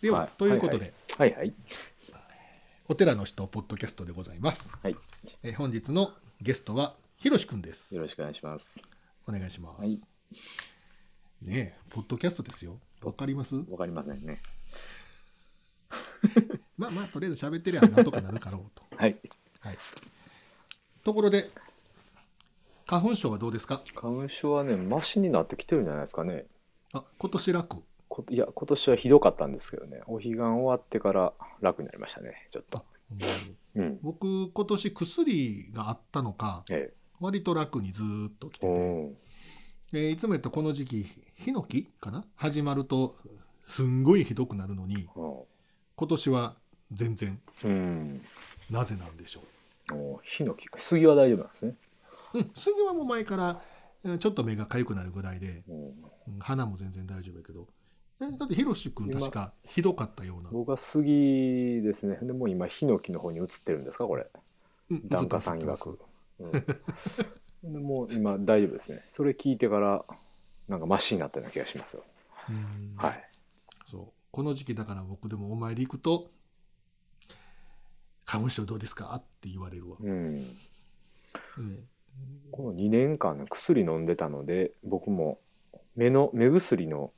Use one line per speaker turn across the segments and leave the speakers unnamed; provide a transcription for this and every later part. では、
はい
ということで、
はいはい。
お寺の人ポッドキャストでございます、
はい。
えー本日のゲストはひろしくんです
よろしくお願いします。
お願いします、
はい
ねえポッドキャストですよわかります
わかりませんね。
まあまあとりあえず喋ってりゃなんとかなるかろう と
はい。
はいところで花粉症はどうですか
花粉症はね、マシになってきてるんじゃないですかね。
あ今年楽
こいや、今年はひどかったんですけどね。お彼岸終わってから楽になりましたね、ちょっ
あ
と。
ほんまに
うん。
僕今年薬があったのか
え
割と楽にずーっと来て
え。
て、
うん。
えーいつもやったらこの時期ヒノキかな始まるとすんごいひどくなるのに今年は全然
うん。
なぜなんでしょ
もう、ヒノキ。杉は大丈夫なんですね。
う、うん、杉はもう前からうんちょっと目が痒くなるぐらいで、
うん、
うん花も全然大丈夫やけどえだってひろし君確かひどかったような、
僕は杉ですね。でもう今、ヒノキの方に移ってるんですか、これ。
うん
檀家さん曰く。 うん、でもう今、大丈夫ですね。それ聞いてから、なんかマシになったような気がしますよ。
うん
はい。
そうこの時期だから僕でもお参り行くと「花粉症どうですか?」って言われるわ、
うん。
ね
この2年間の薬飲んでたので僕も目の目薬の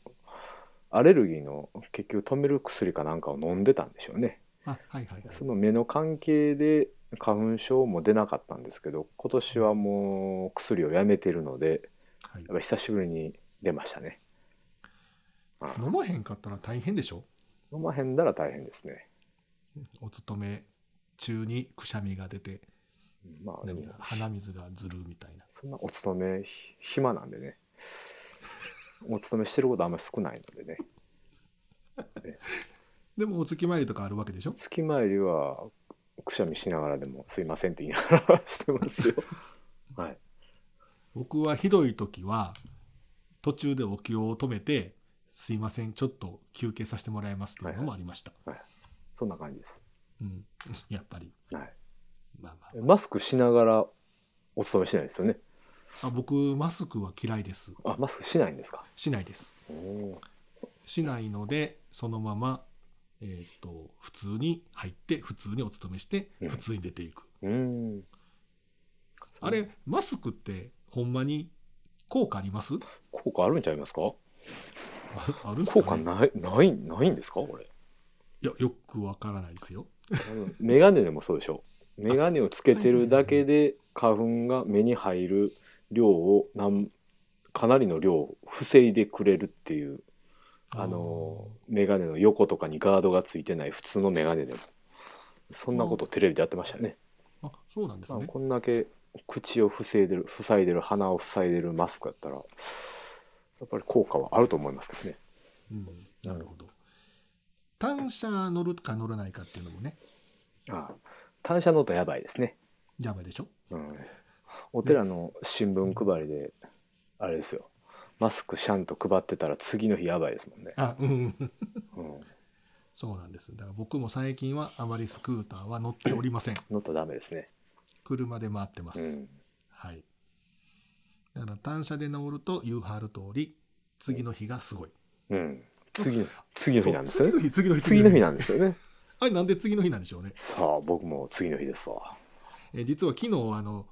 アレルギーの結局止める薬かなんかを飲んでたんでしょうね
あはいはいはい
その目の関係で花粉症も出なかったんですけど今年はもう薬をやめてるので
はい
やっぱ久しぶりに出ましたね
飲まへんかったら大変でしょ
飲まへんだら大変ですね
お勤め中にくしゃみが出て
まあ
で
でも
も鼻水がずるみたいな
そんなお勤めひ暇なんでねお勤めしてることあんまり少ないのでね
でもお月参りとかあるわけでしょ
月参りはくしゃみしながらでも「すいません」って言いながら してますよ。はい、
僕はひどい時は途中でお経を止めて「すいませんちょっと休憩させてもらえます」というのもありました、
そんな感じです。
うん、 やっぱり
はい、
まあま
マスクしながらお勤めしないですよね。
ああ僕マスクは嫌いです
あマスクしないんですか。
しないです
おー
しないのでそのままえーっと普通に入って普通にお勤めして
うん
普通に出ていく、
うーん
あれマスクってほんまに効果あります
効果あるんちゃいますか
ああるんですか
効
ね
果ないないないんですかこれ。
いやよくわからないですよ
あのメガネでもそうでしょ。メガネをつけてるだけで花粉が目に入る量をなんかなりの量を防いでくれるっていうあのメガネの横とかにガードがついてない普通のメガネでもそんなことテレビでやってましたね、
あそうなんです
まあ
ね
こんだけ口を防いでる塞いでる鼻を塞いでるマスクやったらやっぱり効果はあると思いますけどね
うん、なるほど。単車乗るか乗らないかっていうのもね、
ああ単車乗ったらやばいですね、
やばいでしょ
うん、お寺の新聞配りであれですよマスクシャンと配ってたら次の日やばいですもんね、
あ、うん。
うん、
そうなんです。だから僕も最近はあまりスクーターは乗っておりません。
乗ったらダメですね、
車で回ってます。
うん、
はい。だから単車で乗ると言うはる通り、次の日がすごい。
うん、次の次の日なんですよ
そう
ね
次の日、次の日、
次の日なんですよね
あれなんで次の日なんでしょうね。
さあ僕も次の日ですわは
えー実は昨日、あの、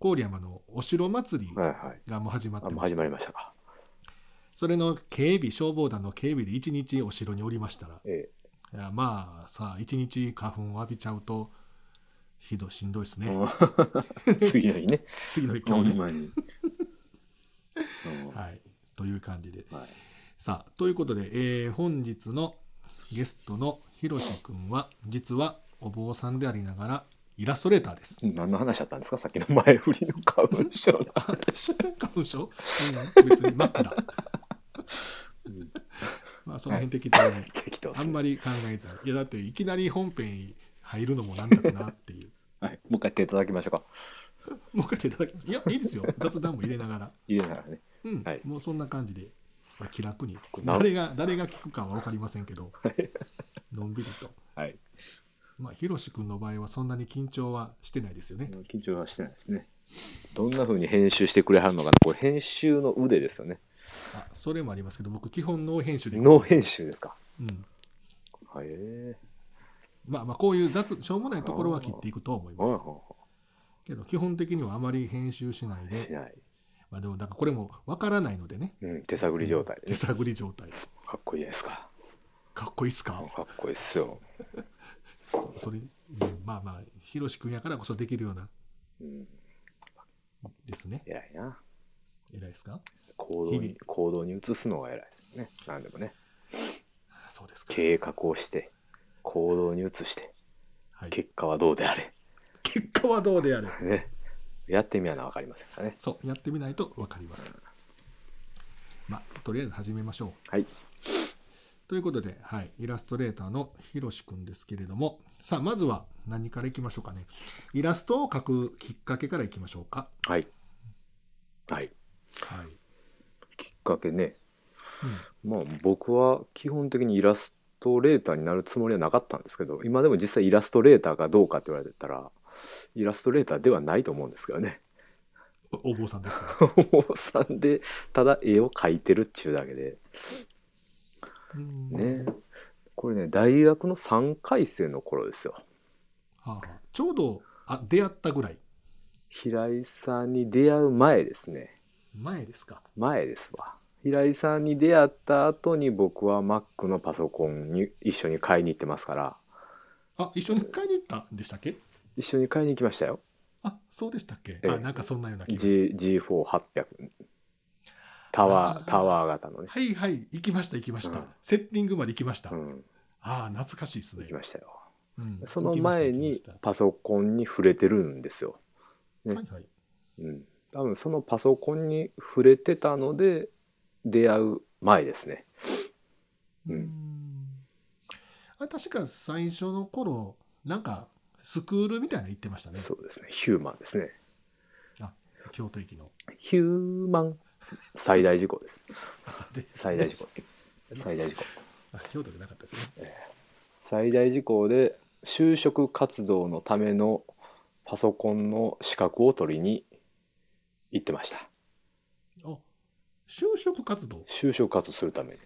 郡山のお城祭り
いはい
がもう始まっ
あ
て
もう
まし
始
た。
まりましたか
それの警備、消防団の警備で一日お城におりましたら、
え
いやまあさ一日花粉を浴びちゃうとひどいしんどいです
え
ね、
うん次の日ね
次の日今
ほ
日
ん
ね、
まにうんは
はい、という感じで
い
さあということで、えー本日のゲストのひろしくんは実はお坊さんでありながらイラストレーターです
何の話だったんですかさっきの前振りの花粉症の話
花粉症、うん、別に真っ暗
うん
まあその辺的に、
適当で
あ
す
ん
ね
まり考えずいやだっていきなり本編入るのもなんだかなっていう
はいもう一回手いただきましょうか
もう一回手いただきいやいいですよ雑談も入れながら
入れながらね
うん
はい
もうそんな感じで、まあ、気楽に
れな
誰が誰が聞くかは分かりませんけどのんびりと
はい
まあひろし君の場合はそんなに緊張はしてないですよね
緊張はしてないですねどんな風に編集してくれはるのかなこれ編集の腕ですよね
あそれもありますけど僕基本ノー編集で、う
脳編集ですか
ん、
はい、え
まあまあこういう雑しょうもないところは切っていくと思い
ー、はい
ます
は
けど基本的にはあまり編集しない
いはい。し
で
ない。
まあでもだからこれもわからないのでね
うん、手探り状態で
手
ね。
探り状態
かっこいいじゃないですか。
かっこいいっすか
かっこいいっすよ。
そそれ、うんまあまあひろし君やからこそできるような
うん、
ですね
偉いな。
偉いですか
行動
日々
に、行動に移すのが偉いですよね。なんでもね。
あそうですか
計画をして、行動に移して、
はい、
結果はどうであれ。
結果はどうであれ
ね。やってみやなわかりませんからね。
そうやってみないと分かりますまあとりあえず始めましょう
はい。
ということで、はい、イラストレーターのひろしくんですけれども、さあ、まずは何からいきましょうかね。イラストを描くきっかけからいきましょうか。
はい。はい。
はい。
きっかけね。まあ僕は基本的にイラストレーターになるつもりはなかったんですけど今でも実際イラストレーターかどうかって言われてたらイラストレーターではないと思うんですけどね
おお坊さんですから。
お坊さんでただ絵を描いてるっちゅうだけで
うん
ねこれね大学の3回生の頃ですよ
はあはあ、ちょうどあ出会ったぐらい
平井さんに出会う前ですね
前ですか。
前ですわ平井さんに出会った後に僕は Mac のパソコンに一緒に買いに行ってますから
あ一緒に買いに行ったんでしたっけ
一緒に買いに行きましたよ
あそうでしたっけ
え
あ
え
なんかそんなような気が。
G- G4800 タワ
あ
ー
ー
タワー型のね、
はいはい、行きました、行きました。
うん
セッティングまで行きました。
うん、
ああ、懐かしいですね
行き。ましたよ
うん
その
行
前に
きました行き
パソコンに触れてるんですよ、
ましたはいはい。
うん、多分そのパソコンに触れてたので出会う前ですねうん
あれ確か最初の頃なんかスクールみたいなの行ってましたね
そうですねヒューマンですね
京都駅の
ヒューマン最大事故です最大 事故最
最
大事故
京都じゃなかったですね
最大事項で就職活動のためのパソコンの資格を取りに行ってました
あ就職活動
就職活動するために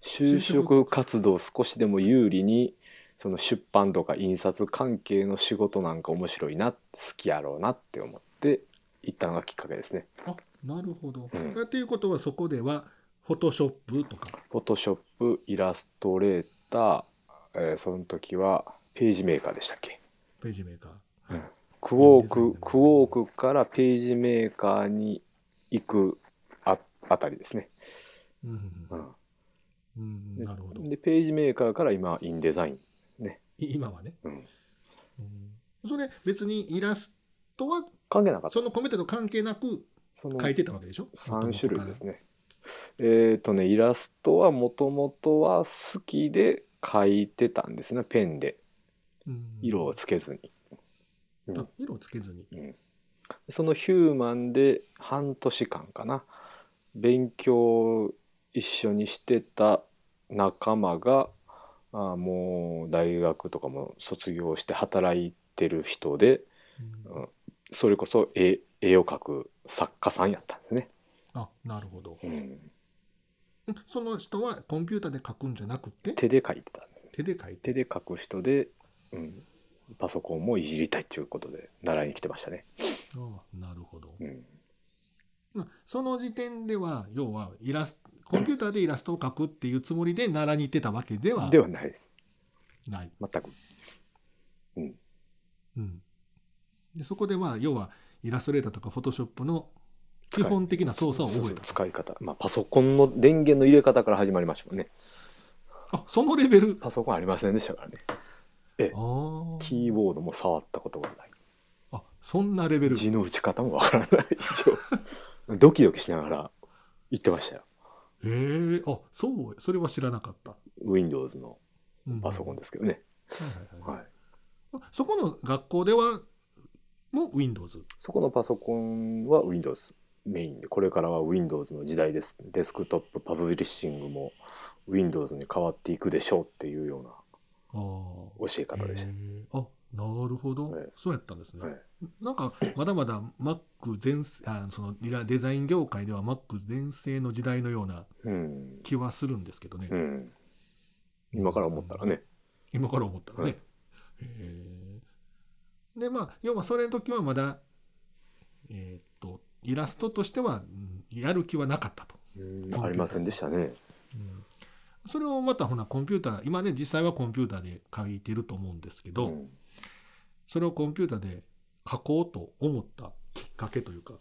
就
就
職
職活動を少しでも有利にその出版とか印刷関係の仕事なんか面白いな好きやろうなって思って行ったのがきっかけですね
あなるほど、
うん
ということはそこではフォトショップとか
フォトショップイラストレーター、えーその時はページメーカーでしたっけ
ページメーカー、はい
クォー
うん
ククォークからページメーカーに行くああたりですね、
うん
うん
うん
で
なるほど
でページメーカーから今インデザイン
い今はね、
うん
うんそれ別にイラストは
関係なかった
そのコメントと関係なく
その
書いてたわけでしょ
3種類です
ね
ね。えっ、とねイラストはもともとは好きで描いてたんですねペンで色をつけずに。
あ色をつけずに。
そのヒューマンで半年間かな勉強を一緒にしてた仲間があもう大学とかも卒業して働いてる人で
うん
うんそれこそ絵絵を描く作家さんやったんですね。
あなるほど
う。ん、
その人はコンピューターで書くんじゃなくて
手で描いてたんです
手で書いて
手で書く人で、うん、パソコンもいじりたいっていうことで習いに来てましたね。
あなるほど。
うん、
まあその時点では要はイラストコンピューターでイラストを書くっていうつもりで習いに行ってたわけでは
ではないです
ない。
全く。
うん、でそこでまあ要はイラストレーターとかフォトショップの
使
基
い
本的な操作を
そう
覚
そ
え
う
た。
使い方、まあ、パソコンの電源の入れ方から始まりましたもんね。
あそのレベル。
パソコンありませんでしたからね。
あー
キーボードも触ったことがない。
あそんなレベル。
字の打ち方もわからない以 上ドキドキしながら行ってましたよ。
えー、あそうそれは知らなかった。
Windows の
うん
パソコンですけどね。
はいはいはい
はい、
そこの学校ではもう Windows。
そこのパソコンは Windows メインでこれからは Windows の時代ですデスクトップパブリッシングも Windows に変わっていくでしょうっていうような
ああ。
教え方でした、
へーあなるほど、
ええ
そうやったんですね。
はい
なんかまだまだ Mac 全盛あそのリラデザイン業界では Mac 全盛の時代のような
うん
気はするんですけどね。
うん、今から思ったらね
今から思ったらね。えーでまあ要はそれの時はまだ、えーっとイラストとしてはうんやる気はなかったと。
ありませんでしたね。
うんそれをまたほなコンピューター今ね実際はコンピューターで書いてると思うんですけど、
ん
それをコンピューターで書こうと思ったきっかけというか、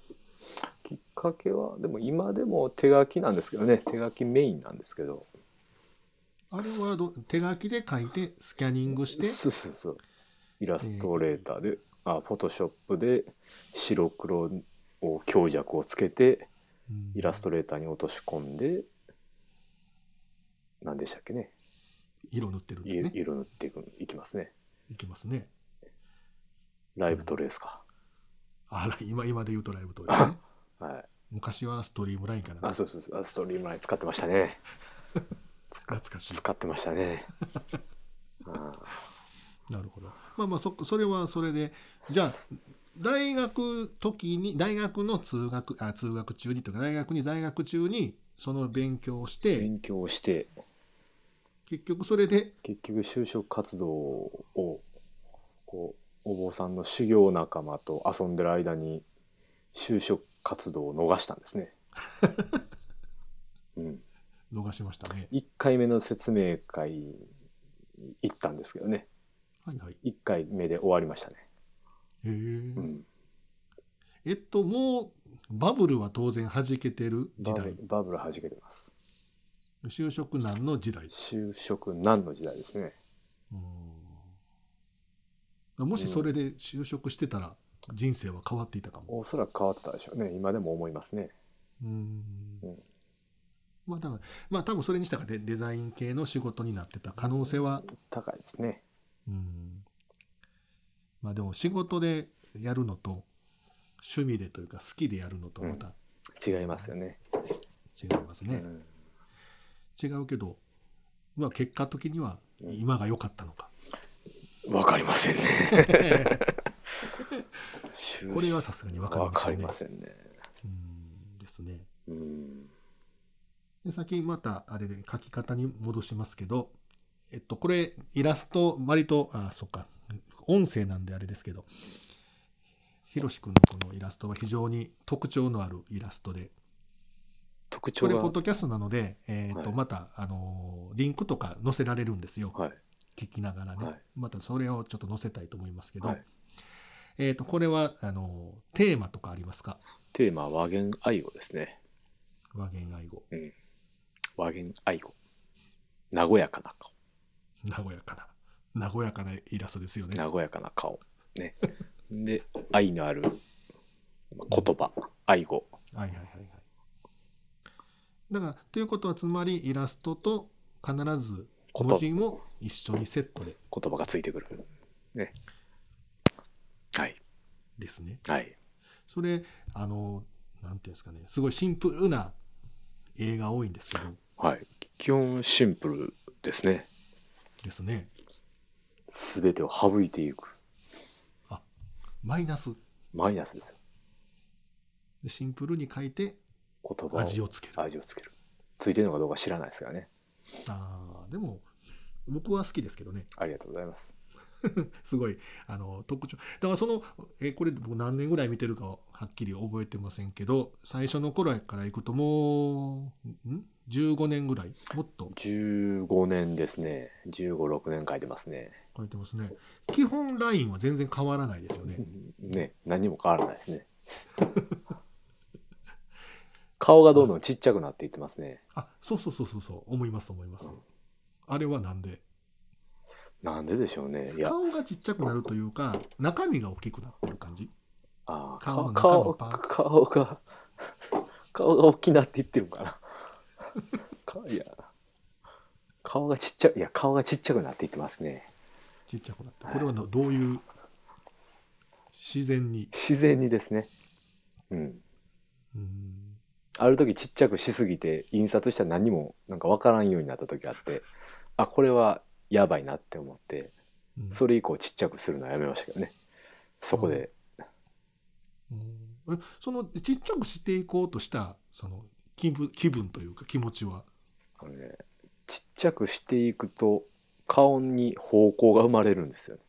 きっかけはでも今でも手書きなんですけどね手書きメインなんですけど
あれはど手書きで書いてスキャニングして
そうそうそうイラストレーターで、あフォトショップで白黒を強弱をつけてイラストレーターに落とし込んで何でしたっけね
色塗ってるんです
い
ね。
色塗っていくいきますね
いきますね。
ライブトレースか、
あら今今で言うとライブとですね。
はい
昔はストリームラインかな
あ。そうそうそうあストリームライン使ってましたね
懐かしい。
使ってまし たねあ
なるほど。まあまあそそれはそれでじゃあ大学時に大学の通学あ通学中にとか大学に在学中にその勉強をし
ー
て
勉強して
結局それで
結局就職活動をこうお坊さんの修行仲間と遊んでる間に就職活動を逃したんです ね。うん、
逃しましたね。
1回目の説明会に行ったんですけどね
はいはい。
1回目で終わりましたね。
へえ。
うん、
えっともうバブルは当然弾けてる時
バブ
代
ルバブルはじけてます。
就職難の時代
就職難の時代ですね。
うんもしそれで就職してたら人生は変わっていたかも。
おそらく変わってたでしょうね今でも思いますね。
うん
うん
まあだからまあ多分それにしたらデデザイン系の仕事になってた可能性は、
高いですね。
うんまあでも仕事でやるのと趣味でというか好きでやるのとまた
違いますよね。
違いますね。
うん
違うけど、まあ、結果的には今が良かったのか。
わかりませんね。
これはさすがにわかりませんね
せんね。
うんですね。
うん。
で先またあれで書き方に戻しますけど、えっと、これイラスト割とあそっか音声なんであれですけどひろしくんのこのイラストは非常に特徴のあるイラストでこ
特徴
れポッ
が。
ドキャストなので、えーと
はい
また、あのーリンクとか載せられるんですよ、
はい。
聞きながらね、
はい
またそれをちょっと載せたいと思いますけど、
はい
えー、とこれはあのーテーマとかありますか
テーマは和言愛語ですね。
和言愛語
和言愛語。和やかな顔。
和やかな和やかなイラストですよね
和やかな顔。ね。で、愛のあるまあ言葉、愛語。
はいはいはいはい。だからということはつまりイラストと必ず
言
文字も一緒にセットで
言葉がついてくる。ね。はい。
ですね。
はい。
それあのなんていうんですかねすごいシンプルな映画多いんですけど
はい。基本シンプルですね。
ですね。
すべてを省いていく。
あマイナス
マイナスですよ。
でシンプルに書いて
言葉を。
味をつける。
味をつけるついてるのかどうか知らないですからね
あーでも僕は好きですけどね
ありがとうございます
すごいあの特徴だからそのえこれ僕何年ぐらい見てるかはっきり覚えてませんけど最初の頃からいくともうん15年ぐらいもっと
15年ですね1 5六6年書いてますね
書いてますね基本ラインは全然変わらないですよね
ね何も変わらないですね顔がどんどんちっちゃくなっていってますね
あそうそうそうそうそう思います思いますあれはなんで
なんででしょうねいや
顔がちっちゃくなるというか中身が大きくなってる感じ
あー
顔の
か
中の
顔
パーツ
顔が 顔が大きなっていってるのかな かいや顔がちっちゃいや顔がちっちゃくなっていってますね
ちっちゃくなってこれはなどういう自然に
自然にですねうん
うん
ある時ちっちゃくしすぎて印刷したら何もなんか分からんようになった時あってあこれはやばいなって思って
うん
それ以降ちっちゃくするのはやめましたけどねそこで
うんえそのちっちゃくしていこうとしたその気分気分というか気持ちは、
あのねちっちゃくしていくと顔に方向が生まれるんですよね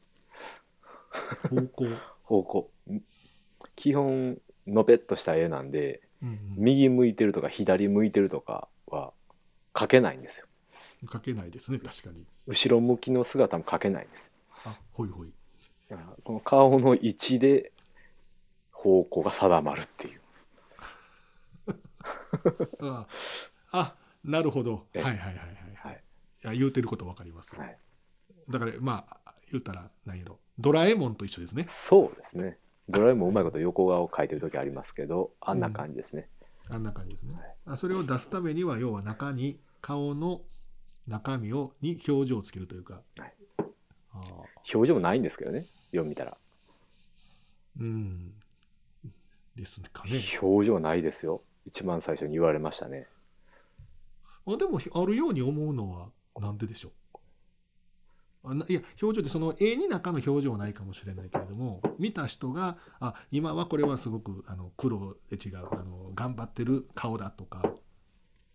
方 向。
方向ん基本のぺっとした絵なんで
うん
右向いてるとか左向いてるとかは描けないんですよ
うん。書けないですね、確かに。
後ろ向きの姿も描けないんです
あ、ほいほい。
だからこの顔の位置で方向が定まるっていう
あ、あなるほど。は
え
い
え
はいはいは。
はいい、
いや言うてることわかります。
はい、
だから、まあ、言うたら、なんやろ。ドラえもんと一緒ですね。
そうですねドラえもんうまいこと横顔を描いてる時ありますけどあんな感じですね、
あんな感じですね
はい。
あそれを出すためには、要は中に、顔の中身を、に表情をつけるというか。
はい
ああ
表情もないんですけどね読みたら
うん。ですかね。
表情ないですよ一番最初に言われましたね
あでもひあるように思うのはなんででしょうあないや表情でその絵に中の表情はないかもしれないけれども見た人があ今はこれはすごくあの苦労で違うあの頑張ってる顔だとか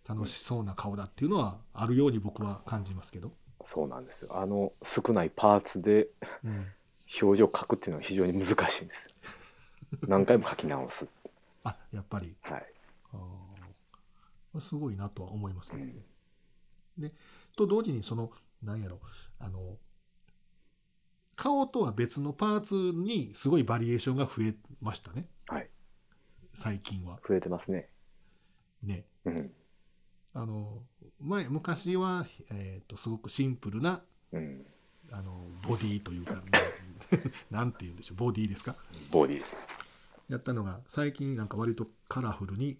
楽しそうな顔だっていうのはあるように僕は感じますけど、
そうなんですよあの少ないパーツで
うん、
表情を描くっていうのは非常に難しいんですよ何回も描き直す
あやっぱり
はい
あーすごいなとは思いますけどね。でと同時にそのなんやろあの顔とは別のパーツにすごいバリエーションが増えましたね
はい
最近は。
増えてますね
ね
うん
あの前昔は、えー、とすごくシンプルな
うん
あのボディと いうかなんて言うんでしょうボディですか
ボディです
やったのが最近なんか割とカラフルに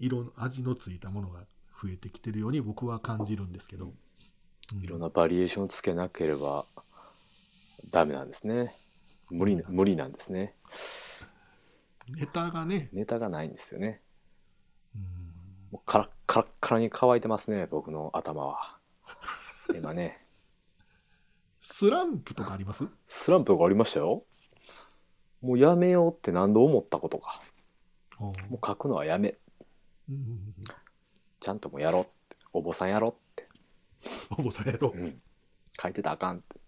色の味のついたものが増えてきてるように僕は感じるんですけど、うん
いろんなバリエーションをつけなければダメなんですね無理な無理なんですね
ネタがね、
ネタがないんですよね
うん
もうカラッカラッカラに乾いてますね僕の頭は今ね
スランプとかあります
スランプとかありましたよもうやめようって何度思ったことか
うん
もう書くのはやめ
うん
ちゃんともうやろうってお坊さんやろうって
お坊さんやろ
う。ん、書いてたらあかんって。っ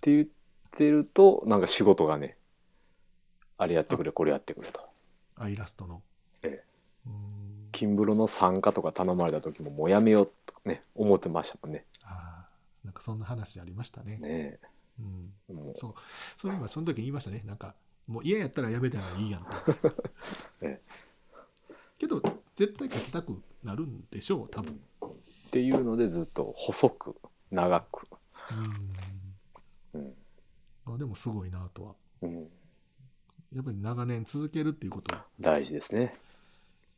て言ってると、なんか仕事がね、あれやってくれ、これやってくれと。
あ、イラストの。
え
うん
金風呂の参加とか頼まれた時も、もうやめようとかね、思ってましたもんね。
あーなんかそんな話ありましたね。
ね
うん、
えもう
そう、そういえばその時言いましたね。なんか、もう嫌やったらやめたらいいやん と
え
けど、絶対書きたくなるんでしょう、多分。
っていうので、ずっと細く、長く。うん。
うんあでもすごいなとは。
うん、
やっぱり長年続けるっていうことは、
大事ですね。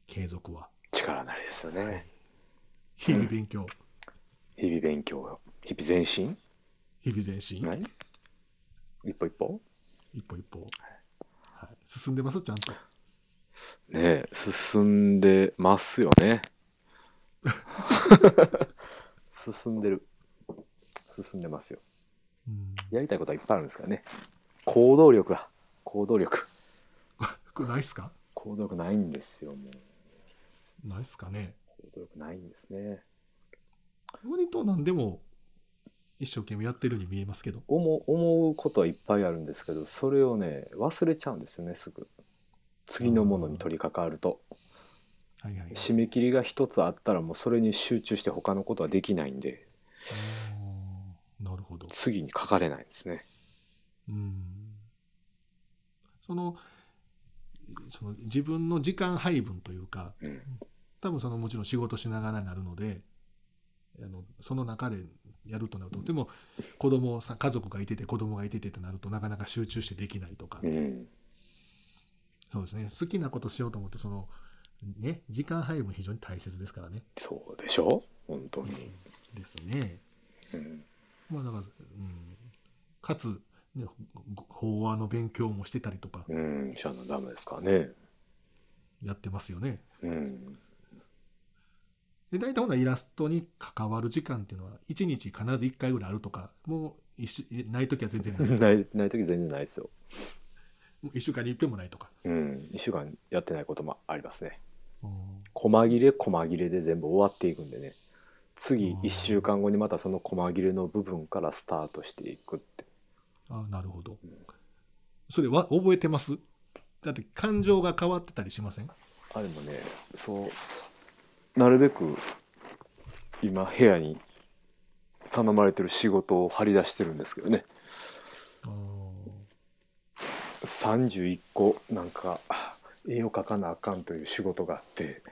継続は。
力なりですよね。
日々勉強、
日々勉強、日々前進。
日々前進。
何一歩一歩
一歩一歩、はい、進んでますちゃんと
ねえ進んでますよね 進んでる進んでますよ
うん
やりたいことはいっぱいあるんですからね行動力が行動力
これないっすか
行動力ないんですよもう
ないっすかね
行動力ないんですね
割と何でも一生懸命やってるように見えますけど
思う思うことはいっぱいあるんですけどそれをね忘れちゃうんですよねすぐ次のものに取り掛かると
はいはいはい
締め切りが一つあったらもうそれに集中して他のことはできないんで
あーなるほど
次に書かれないんですね
うんそのその自分の時間配分というか
うん
多分そのもちろん仕事しながらになるのであのその中でやるとなるとでも子供をさ家族がいてて子供がいててってなるとなかなか集中してできないとか、
うん
そうですね。好きなことしようと思うと、その、ね、時間配分非常に大切ですからね。
そうでしょ本当に、
ですね。
うん、
まあ、だから、うん。かつ、ね、ご法話の勉強もしてたりとか、
うん、じゃあダメですかね
やってますよね。
うん
で、大体ほんならイラストに関わる時間っていうのは、1日必ず1回ぐらいあるとか、もう一週、ない時は全然ない。も
ないない時全然ないです
う
よ、
1週間に1遍もないとか。
うん、1週間やってないこともありますね
うん
細切れ細切れで全部終わっていくんでね次1週間後にまたその細切れの部分からスタートしていくって
あなるほど。それは覚えてますだって感情が変わってたりしません
あれもねそうなるべく今部屋に頼まれてる仕事を張り出してるんですけどね
あー
31個なんか絵を描かなあかんという仕事があって、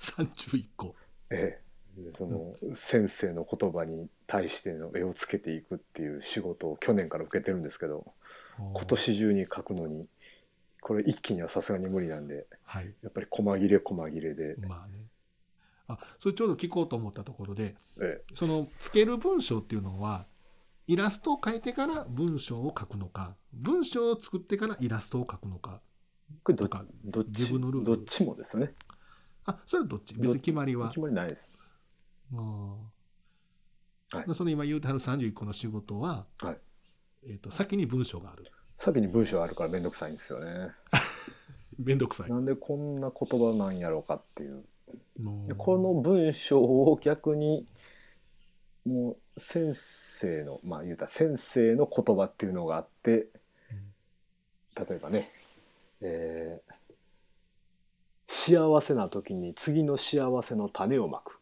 31個。
ええ、でその先生の言葉に対しての絵をつけていくっていう仕事を去年から受けてるんですけど今年中に描くのにこれ一気にはさすがに無理なんで
はい。
やっぱり細切れ細切れで、
まあね。あそれちょうど聞こうと思ったところで
え
そのつける文章っていうのはイラストを描いてから文章を書くのか文章を作ってからイラストを書くのか
え、これど
とか
どっ
自
ち
分のルール
どっちもですよね
あそれはどっち別に決まりは
決まりないです
あ
はい
ーその今言うてはる31個の仕事は、
はい
えー、と先に文章がある
サビに文章あるから面倒くさいんですよね
めんどくさい
なんでこんな言葉なんやろうかっていう
もう
でこの文章を逆にもう先生のまあ言うたら先生の言葉っていうのがあって例えばね、えー幸せな時に次の幸せの種をまく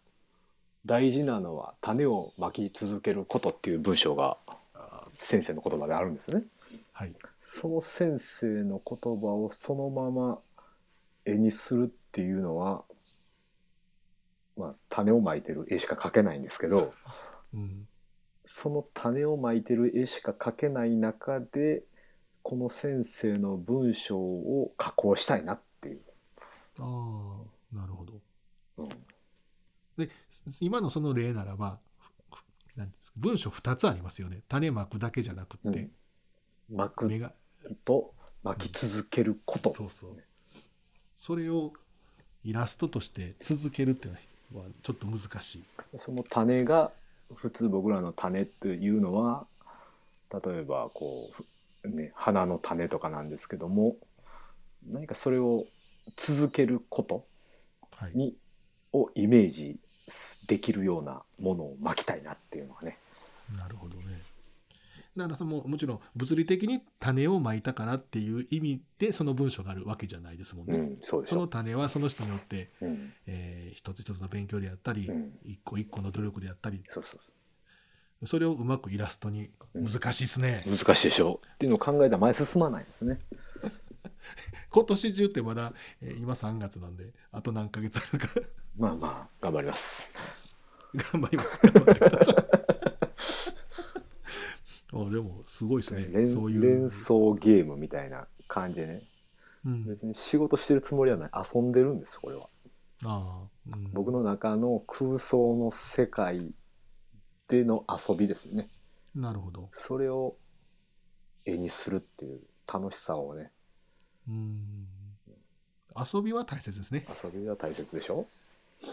大事なのは種をまき続けることっていう文章が
あー
先生の言葉であるんですね。
はい
その先生の言葉をそのまま絵にするっていうのは、まあ、種をまいてる絵しか描けないんですけど
うん
その種をまいてる絵しか描けない中でこの先生の文章を加工したいなっていう、
ああなるほど
うん
で今のその例ならばふふなんていうんですか文章2つありますよね種まくだけじゃなく
う
って
ん、まく
目が
と巻き続けること、
そうそうそれをイラストとして続けるっていうのはちょっと難しい
その種が普通僕らの種っていうのは例えばこう、ね、花の種とかなんですけども何かそれを続けること
はい
にをイメージできるようなものをまきたいなっていうのがね
なるほどね。だからそのもちろん物理的に種をまいたからっていう意味でその文章があるわけじゃないですもん
う
ね。
んそうでし
その
ょ、
種はその人によって、
うん、
えー一つ一つの勉強であったり、
うん
一個一個の努力であったり
そうそう
それをうまくイラストに難しいですね、
難しいでしょっていうのを考えたら前進まないですね
今年中ってまだ、えー今3月なんであと何ヶ月あるか
まあまあ頑張ります
頑張ります頑張ってくだ さいあでもすごいですね
連
そういう
連想ゲームみたいな感じでね
うん、
別に仕事してるつもりはない遊んでるんですこれは。
ああ、うん、
僕の中の空想の世界での遊びですね
なるほど
それを絵にするっていう楽しさをね
うん遊びは大切ですね、
遊びは大切でしょ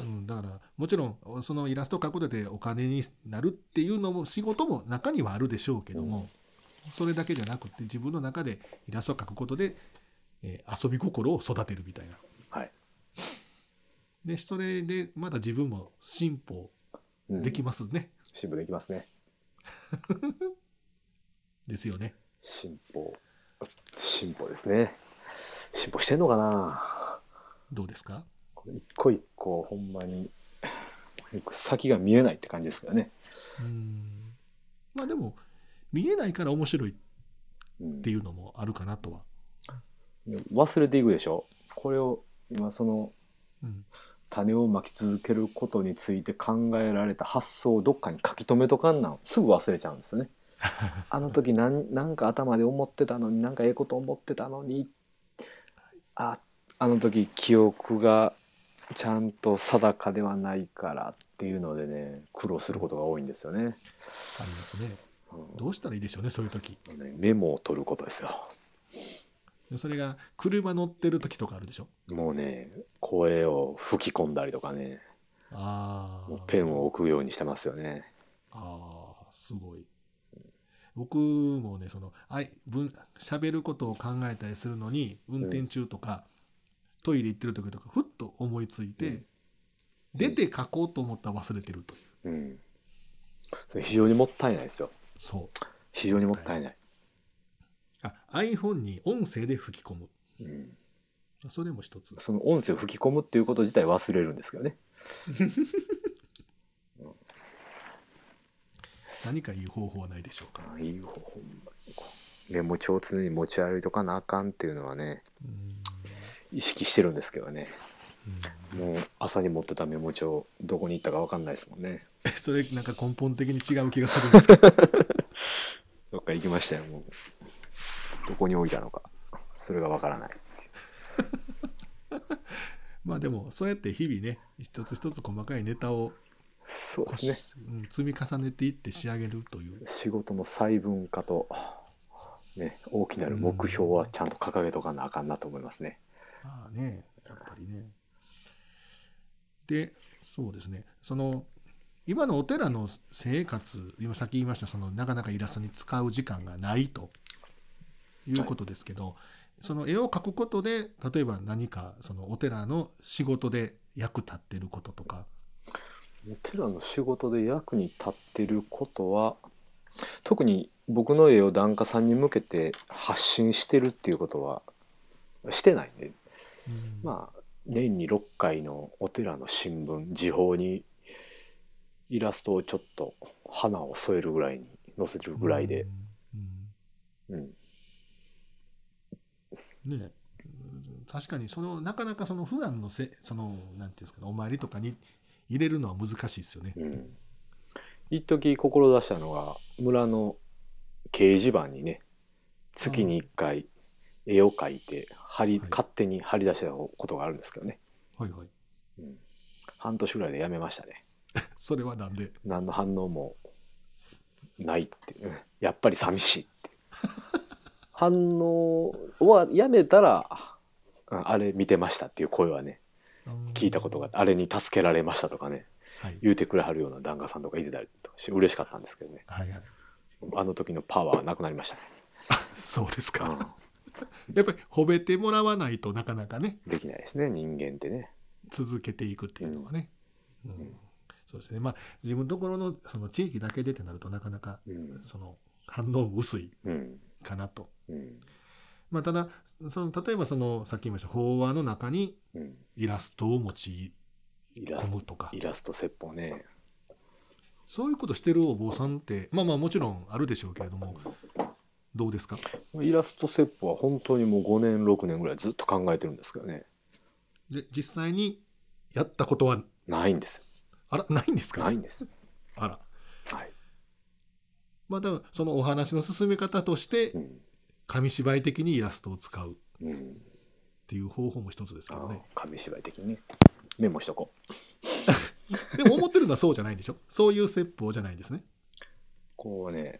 うん、だからもちろんそのイラストを描くことでお金になるっていうのも仕事も中にはあるでしょうけども、それだけじゃなくて自分の中でイラストを描くことで、えー遊び心を育てるみたいな
はい、
でそれでまだ自分も進歩
うん、
できますね、
進歩できますね
ですよね
進歩進歩ですね進歩してんのかな
どうですか
一個一個ほんまに先が見えないって感じですけどね、
うんまあでも見えないから面白いっ
うん
ていうのもあるかなとは、
忘れていくでしょこれを今その
うん、
種をまき続けることについて考えられた発想をどっかに書き留めとかんなすぐ忘れちゃうんですね。あの時なんなんか頭で思ってたのになんかええこと思ってたのにああの時記憶がちゃんと定かではないからっていうのでね苦労することが多いんですよね。
ありますね
うん
どうしたらいいでしょうねそういう時
メモを取ることですよ。
でそれが車乗ってる時とかあるでしょ
もうね声を吹き込んだりとかね
あ
もう
ー
ペンを置くようにしてますよね。
あーすごい僕もねそのあい文喋ることを考えたりするのに運転中とか、トイレ行ってる時とかふっと思いついて、
うん
出て書こうと思ったら忘れてるという
うん。それ非常にもったいないですよ。
そう
非常にもったいない。
あ iPhone に音声で吹き込む
うん、
それも一つ
その音声を吹き込むっていうこと自体忘れるんですけどね。
何かいい方法はないでしょうか
いい方法。メモ帳を常に持ち歩いとかなあかんっていうのはね、
うん
意識してるんですけどね。
うん
もう朝に持ってたメモ帳、どこに行ったかわかんないですもんね。
それなんか根本的に違う気がするんですけど
どっか行きましたよ、もう。どこに置いたのか。それがわからない。
まあでもそうやって日々ね一つ一つ細かいネタを
そうですね。
うん積み重ねていって仕上げるという
仕事の細分化と、ね、大きなる目標はちゃんと掲げとかなあかんなと思いますね。
まあねやっぱりねでそうですねその今のお寺の生活今さっき言いましたそのなかなかイラストに使う時間がないということですけど、その絵を描くことで例えば何かそのお寺の仕事で役立ってることとか
お寺の仕事で役に立ってることは、特に僕の絵を檀家さんに向けて発信してるっていうことはしてないね。
うん
まあ、年に6回のお寺の新聞、時報にイラストをちょっと花を添えるぐらいに載せるぐらいで、
うん
うん、
ねえうん確かにそのなかなかその普段のせそのなんていうんですかねお参りとかに入れるのは難しいですよね。
うん一時志したのが村の掲示板にね月に1回絵を描いて貼り、
はい
勝手に貼り出したことがあるんですけどね、
はいはい。
うん半年ぐらいでやめましたね
それはなんで。
何の反応もないっていうねやっぱり寂しいって 反応はやめたらうんあれ見てましたっていう声はね聞いたことがあってあれに助けられましたとかね
はい。
言うてくれはるような檀家さんとかいてたりとかして嬉しかったんですけどね
はいはい。
あの時のパワーはなくなりましたね。
そうですか。 やっぱり褒めてもらわないとなかなかね
できないですね、人間ってね。
続けていくっていうのはね。うん
ん
そうですね。まあ自分のところのその地域だけでってなるとなかなか
うん。
その反応も薄い
うん。
かなと。
うん。
まあただその例えばそのさっき言いました法話の中に
うん。
イラストを持ち
イラス
込
ト
む、とか
イラスト説法ね。
そういうことしてるお坊さんってまあまあもちろんあるでしょうけれどもどうですか
イラスト説法は本当にもう5年、6年ぐらいずっと考えてるんですけどね。
で実際にやったことは
ないんです
あらないんです
よ。
か
ないんです。
あら
はい。
まあでもそのお話の進め方として
うん。
紙芝居的にイラストを使うっ
うん。
ていう方法も一つですけ
あ
ど
の
ね、
紙芝居的にね。メモしとこう。
でも思ってるのはそうじゃないんでしょそういう説法じゃないんですね
こうね、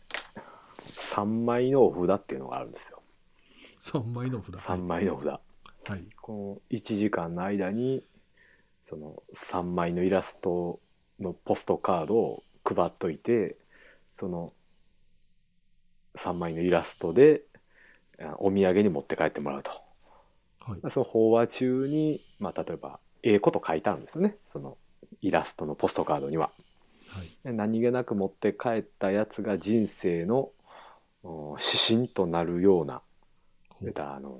3枚のお札っていうのがあるんですよ。
3枚のお札
3枚のお札。
はい
この1時間の間にその3枚のイラストのポストカードを配っといてその3枚のイラストであお土産に持って帰ってもらうと
はい
その法話中に、まあ、例えばええこと書いてあるんですよねそのイラストのポストカードには。
はい
で何気なく持って帰ったやつが人生のお指針となるような
ほ
出
う
たあの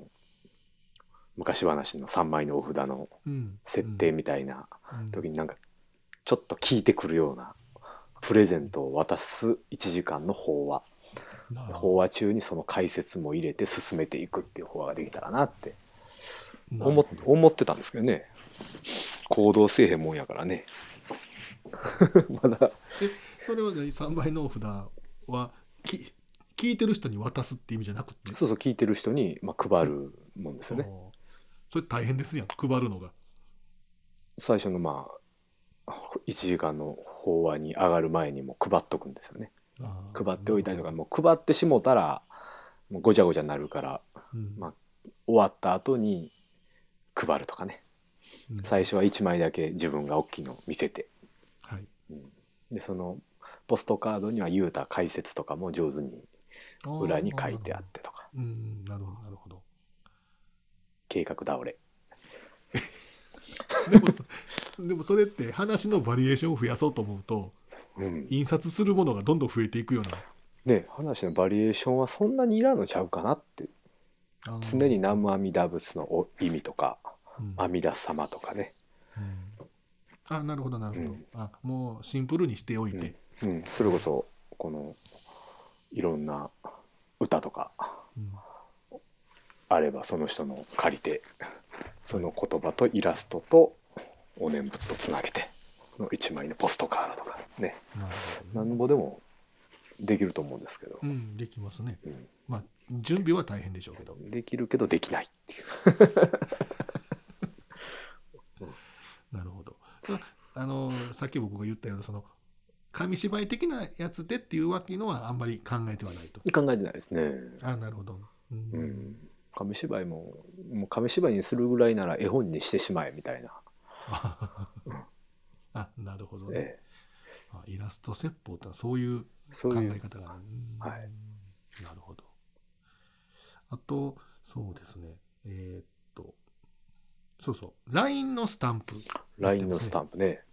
昔話の3枚のお札の
うん
設定みたいな
うん
時になんかちょっと聞いてくるようなプレゼントを渡す1時間の法話
なるほ
法話中にその解説も入れて進めていくっていう法話ができたらなって
どなるほ
思
ど
思ってたんですけどね行動せえへんもんやからね まだ
えそれは3倍のお札はき聞いてる人に渡すって意味じゃなくて
そうそう聞いてる人に、まあ、配るもんですよね
おーそれ大変ですやん配るのが
最初のまあ1時間の法話に上がる前にもう配っとくんですよね配っておいたりとか、もう配ってしもたらもうごちゃごちゃになるから
うん
まあ終わった後に配るとかね
うん
最初は1枚だけ自分が大きいのを見せて
はい
でそのポストカードには言うた解説とかも上手に
あー
裏に書いてあってとか
うんなるほどなるほど
計画倒れ
でもそでもそれって話のバリエーションを増やそうと思うと
うん、
印刷するものがどんどん増えていくような
ね話のバリエーションはそんなにいらんのちゃうかなって
あの
常に南無阿弥陀仏のお意味とか
うん
阿弥陀様とかね、
うんあなるほどなるほど、
うん
あもうシンプルにしておいて、
うん、それこそこのいろんな歌とか
うん
あればその人の借りて その言葉とイラストとお念仏とつなげての一枚のポストカードとかね
なるほどね
何ぼでもできると思うんですけど
う、ん、できますね
うん
まあ準備は大変でしょうけど
できるけどできないっていう
なるほどまああのさっき僕が言ったようなその紙芝居的なやつでっていうわけのはあんまり考えてはないと
考えてないですね。
あなるほど、うん
うん紙芝居ももう紙芝居にするぐらいなら絵本にしてしまえみたいな、
ああなるほどね、
ええ
あイラスト説法ってのはそういう
そう
考
い
え
う
方がある
は
うんなるほどあとそうですねえーっとそうそう LINE のスタンプ
ラインのスタ
ン
ンプね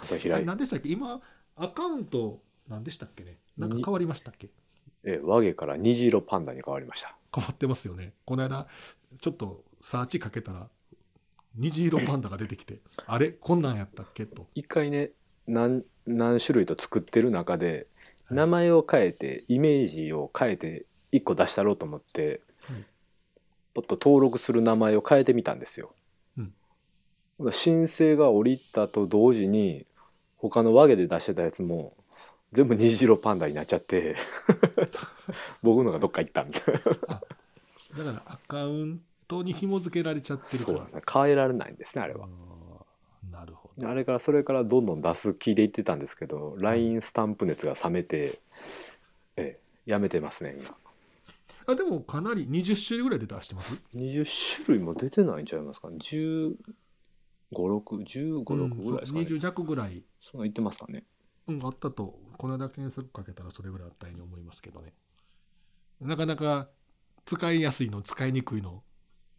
朝日
プ
ライン
何でしたっけ今アカウント何でしたっけねなんか変わりましたっけ
え和毛から虹色パンダに変わりました
変わってますよねこの間ちょっとサーチかけたら虹色パンダが出てきてあれこんなんやったっけと
一回ね何何種類と作ってる中で
はい
名前を変えてイメージを変えて一個出したろうと思って、
はい
ポッと登録する名前を変えてみたんですよ。
うん
ほな申請が降りたと同時に他の和毛で出してたやつも全部虹色パンダになっちゃって 僕のがどっか行ったみたいな
だからアカウントに紐付けられちゃってるか
そう
ら
なんですね変えられないんですねあれは。
あーなるほど
あれからそれからどんどん出す気でいってたんですけど LINE スタンプ熱が冷めて、ええ、やめてますね今
あでもかなり20種類ぐらいで出してます
20種類も出てないんちゃいますかね1 5 6 1 5 6ぐらい
う
ですかね、
んそう20弱ぐらい、
そんなん言ってますかね
うん、あったとこの間検索かけたらそれぐらいあったように思いますけどねなかなか使いやすいの使いにくいの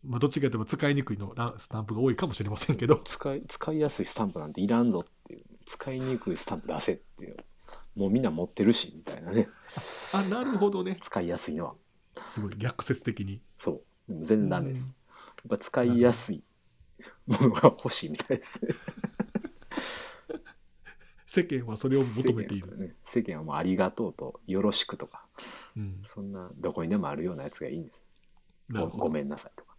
まあどっちかといえば使いにくいのラスタンプが多いかもしれませんけど
使い使いやすいスタンプなんていらんぞっていう使いにくいスタンプ出せっていうもうみんな持ってるしみたいなね
あなるほどね
使いやすいのは
すごい逆説的に
そうでも全然ダメです、やっぱ使いやすいものが欲しいみたいですね
世間はそれを求めてい
世間は
る、
ね世間はもうありがとうとよろしくとか
うん、
そんなどこにでもあるようなやつがいいんです。
な
ご
るほ
ご
ど
めんなさいとか。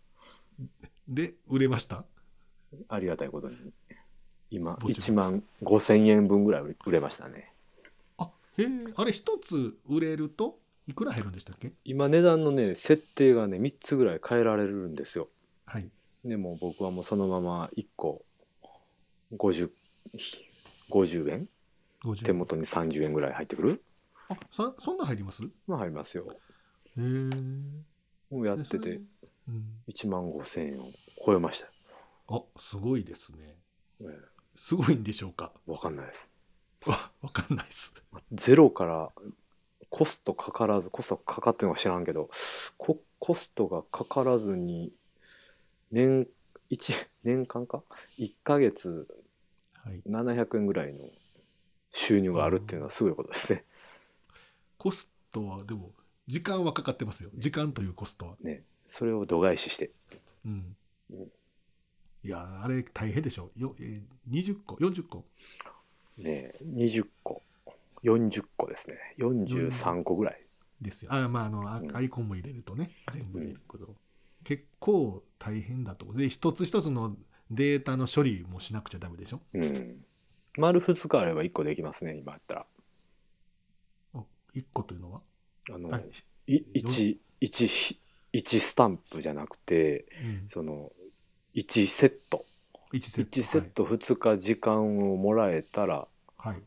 で売れました
ありがたいことに今
ぼちぼち
1万5千円分ぐらい売れましたね。
あへえあれ一つ売れるといくら減るんでしたっけ
今値段のね設定がね3つぐらい変えられるんですよ。
はい
でもう僕はもうそのまま1個 50, 50円手
50
元に30円ぐらい入ってくる
あそそんな入りますへ
まあ入りますよ。
え
もうやっ
で
て
それ
て
うん、
1万5千円を超えましたよ。
あすごいですね
え
すごいんでしょうか
えわかんないです。
わわかんないです
ゼロからコストかからずコストかかってるのか知らんけどココストがかからずに年一 年間か1ヶ月
はい
700円ぐらいの収入があるっていうのはすごいことですね。
コストはでも時間はかかってますよ時間というコストは
ねそれを度外視して
うん
うん
いやーあれ大変でしょよ、えー、20個40個
ね20個40個ですね43個ぐらい
ですよあーまああのあ
うん
アイコンも入れるとね全部入れるけど、結構大変だとで一つ一つのデータの処理もしなくちゃダメでしょ
うん丸2日あれば1個できますね今やったら
あ一個というのは、
あの
あ
い1 1 1スタンプじゃなくて
うん、
その1セット
1セット
1セット2日時間をもらえたら
はい、はい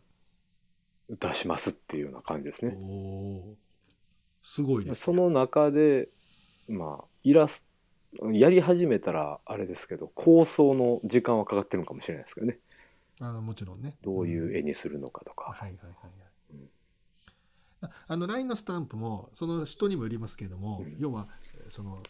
出しますっていうような感じですね。
おおすごいですね
その中でまあイラストやり始めたらあれですけど構想の時間はかかってるのかもしれないですけどね
あのもちろんね。
どういう
絵
絵にするのかとか、
はいはいはいはい
うん。
ああの LINE のスタンプもその人にもよりますけれども、
うん
要はえーその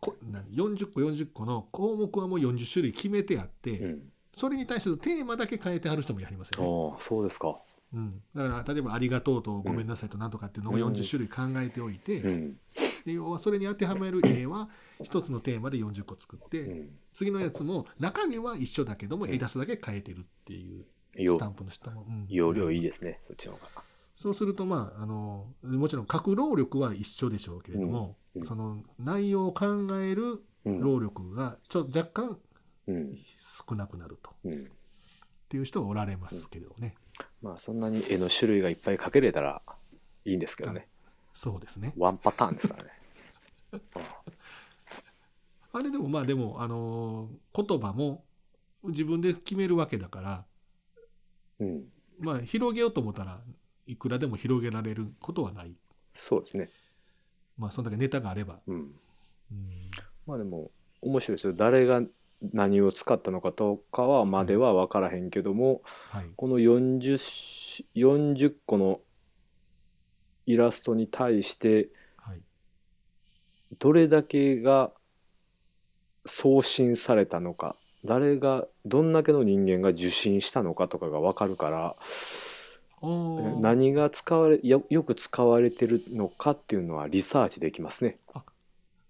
こ何40個40個の項目はもう40種類決めてあって、
うん、
それに対するテーマだけ変えてある人もやりますよね。
ああそうですか
うん、だから例えば「ありがとう」と「ごめんなさい」と「なんとか」っていうのを
うん
40種類考えておいて、
うん
で要はそれに当てはめる絵は一つのテーマで40個作って、
うん
次のやつも中身は一緒だけどもイラストだけ変えてるっていう
よ
スタンプの人も、うん
容量いいですねそっちの方が
そうするとまああのもちろん書く労力は一緒でしょうけれども、
うんうん
その内容を考える
うん
労力がちょ若干
うん
少なくなるとっ
うん
ていう人はおられますけどね、
まあそんなに絵の種類がいっぱい描けれたらいいんですけどね
そうですね
ワンパターンですから ね
あれでもまあでもあの言葉も自分で決めるわけだから
うん
まあ広げようと思ったらいくらでも広げられることはない
そうですね
まあそんだけネタがあれば、
うん
うん
まあでも面白いですよ誰が何を使ったのかとかはまでは分からへんけども、
はい
この 40, し40個のイラストに対して
はい
どれだけが送信されたのか誰がどんだけの人間が受信したのかとかが分かるから
おー
何が使われよよく使われてるのかっていうのはリサーチできますね。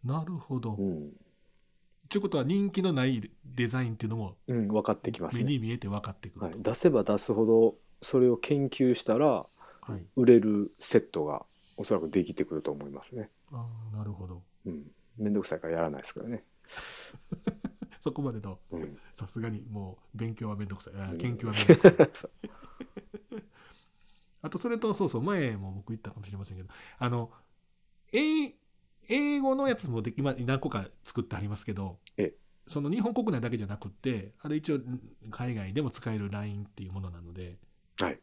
なるほど、
う
っ
ん、
ていうことは人気のないデザインっていうのも
うん、分かってきます
目
ね、
に見えて分かってく
はい
る。と、
出せば出すほどそれを研究したら
はい
売れるセットがおそらくできてくると思いますね。
あーなるほど
うん、めんどくさいからやらないですからね。
そこまでの
うん、
さすがにもう勉強はめんどくさいあ
う
ー
ん
研究はめんどくさいあとそれとそうそう前も僕言ったかもしれませんけどあの英英語のやつもで今何個か作ってありますけど
ええ
その日本国内だけじゃなくってあれ一応海外でも使える LINE っていうものなので、
はい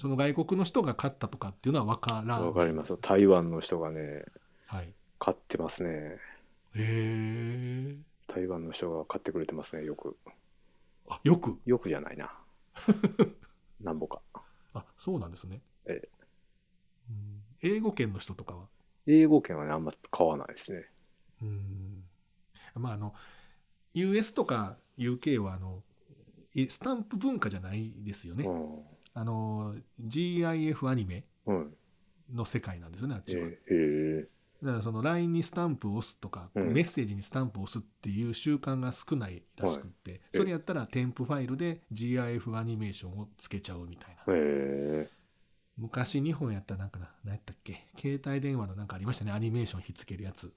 その外国の人が勝ったとかっていうのは分からん
わかりますよ。台湾の人がね、
はい、へ
買ってますね。
え
台湾の人が買ってくれてますね、よく。
あよく
よくじゃない な。なんぼか。
あそうなんですね、
え
うん英語圏の人とかは
英語圏はね、あんま買わないですね。
うんまああの US とか UK はあのいスタンプ文化じゃないですよね、
うん。
あの GIF アニメ
うん。
の世界なんですよねあっ
え
ちは、
え
だからその LINE にスタンプを押すとか、
うん
メッセージにスタンプを押すっていう習慣が少ないらしくって、それやったら添付ファイルで GIF アニメーションをつけちゃうみたいな、
ええ
昔日本やったらなんかな何やったっけ携帯電話のなんかありましたねアニメーションひっつけるやつ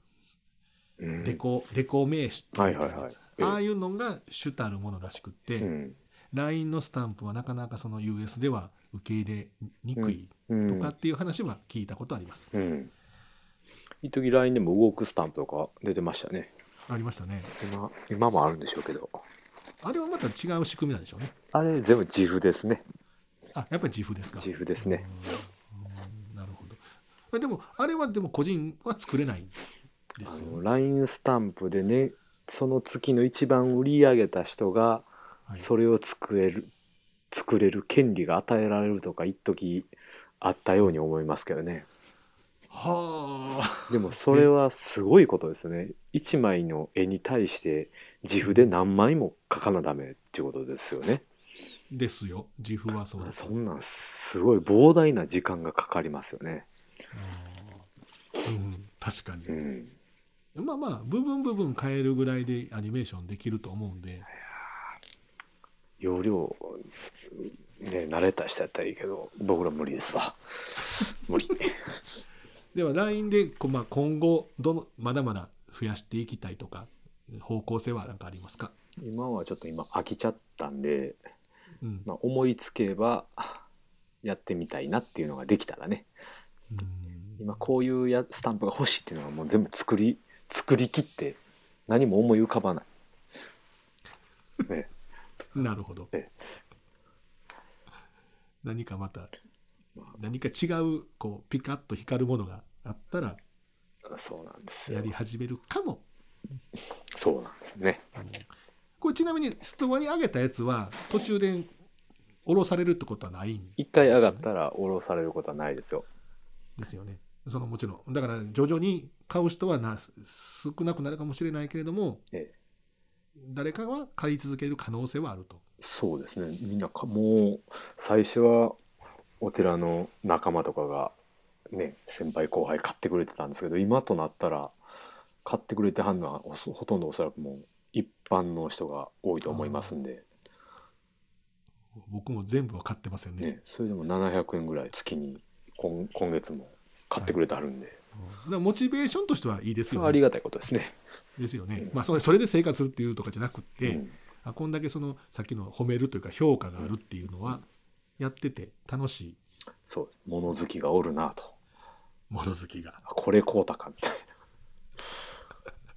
うん
デコ、デコ名詞みたいなやつ
はいはいはいええ
ああいうのが主たるものらしくって、
うん。
LINE のスタンプはなかなかその US では受け入れにくい
うん
とかっていう話は聞いたことあります。
うん。一時 LINE でも動くスタンプとか出てましたね。
ありましたね。
今、今もあるんでしょうけど。
あれはまた違う仕組みなんでしょうね。
あれ、全部自負ですね。
あ、やっぱり自負ですか。
自負ですね
うん。なるほど。えでも、あれはでも個人は作れないんで
あ
す
の
よ。
LINE スタンプでねその月の一番売り上げた人が
はい
それを作れる、作れる権利が与えられるとか一時あったように思いますけどね
はあ。
でもそれはすごいことですよね一枚の絵に対して自負で何枚も描かなダメっていうことですよね
ですよ。自負はそうです。
そんなんすごい膨大な時間がかかりますよね
うんうん、確かに
う。ん
まあまあ、部分部分変えるぐらいでアニメーションできると思うんで、
容量ね慣れた人やったらいいけど僕ら無理です わ無理
では LINE でこう、まあ、今後どのまだまだ増やしていきたいとか方向性は何かありますか、
今はちょっと今飽きちゃったんで、
うん
まあ、思いつけばやってみたいなっていうのができたらね
うん
今こういうやスタンプが欲しいっていうのはもう全部作り作りきって何も思い浮か ばない、ね、
なるほど
え
何かまた何か違うこうピカッと光るものがあったら
そうなんです
や
よ
り始めるかも
そうなんですね
これちなみにストアに上げたやつは途中で下ろされるってことはないん
一回上がったら下ろされることはないですよ
ですよね。そのもちろんだから徐々に買う人はな少なくなるかもしれないけれども、
え
誰かは買い続ける可能性はあると。
そうですねみんなかもう最初はお寺の仲間とかがね先輩後輩買ってくれてたんですけど今となったら買ってくれてはんのはおそほとんどおそらくもう一般の人が多いと思いますんで、
僕も全部は買ってませんね。
ね、それでも700円ぐらい月に今今月も買ってくれてはるんで、
うんだからモチベーションとしてはいいです
それはあ
よ
り
ね。
がたいことですね。
ですよね。まあそれそれで生活するっていうとかじゃなくて、
うん
あこんだけそのさっきの褒めるというか評価があるっていうのはやってて楽しい
そう物好きがおるなと
もの好き が。
あこれこうたかみたい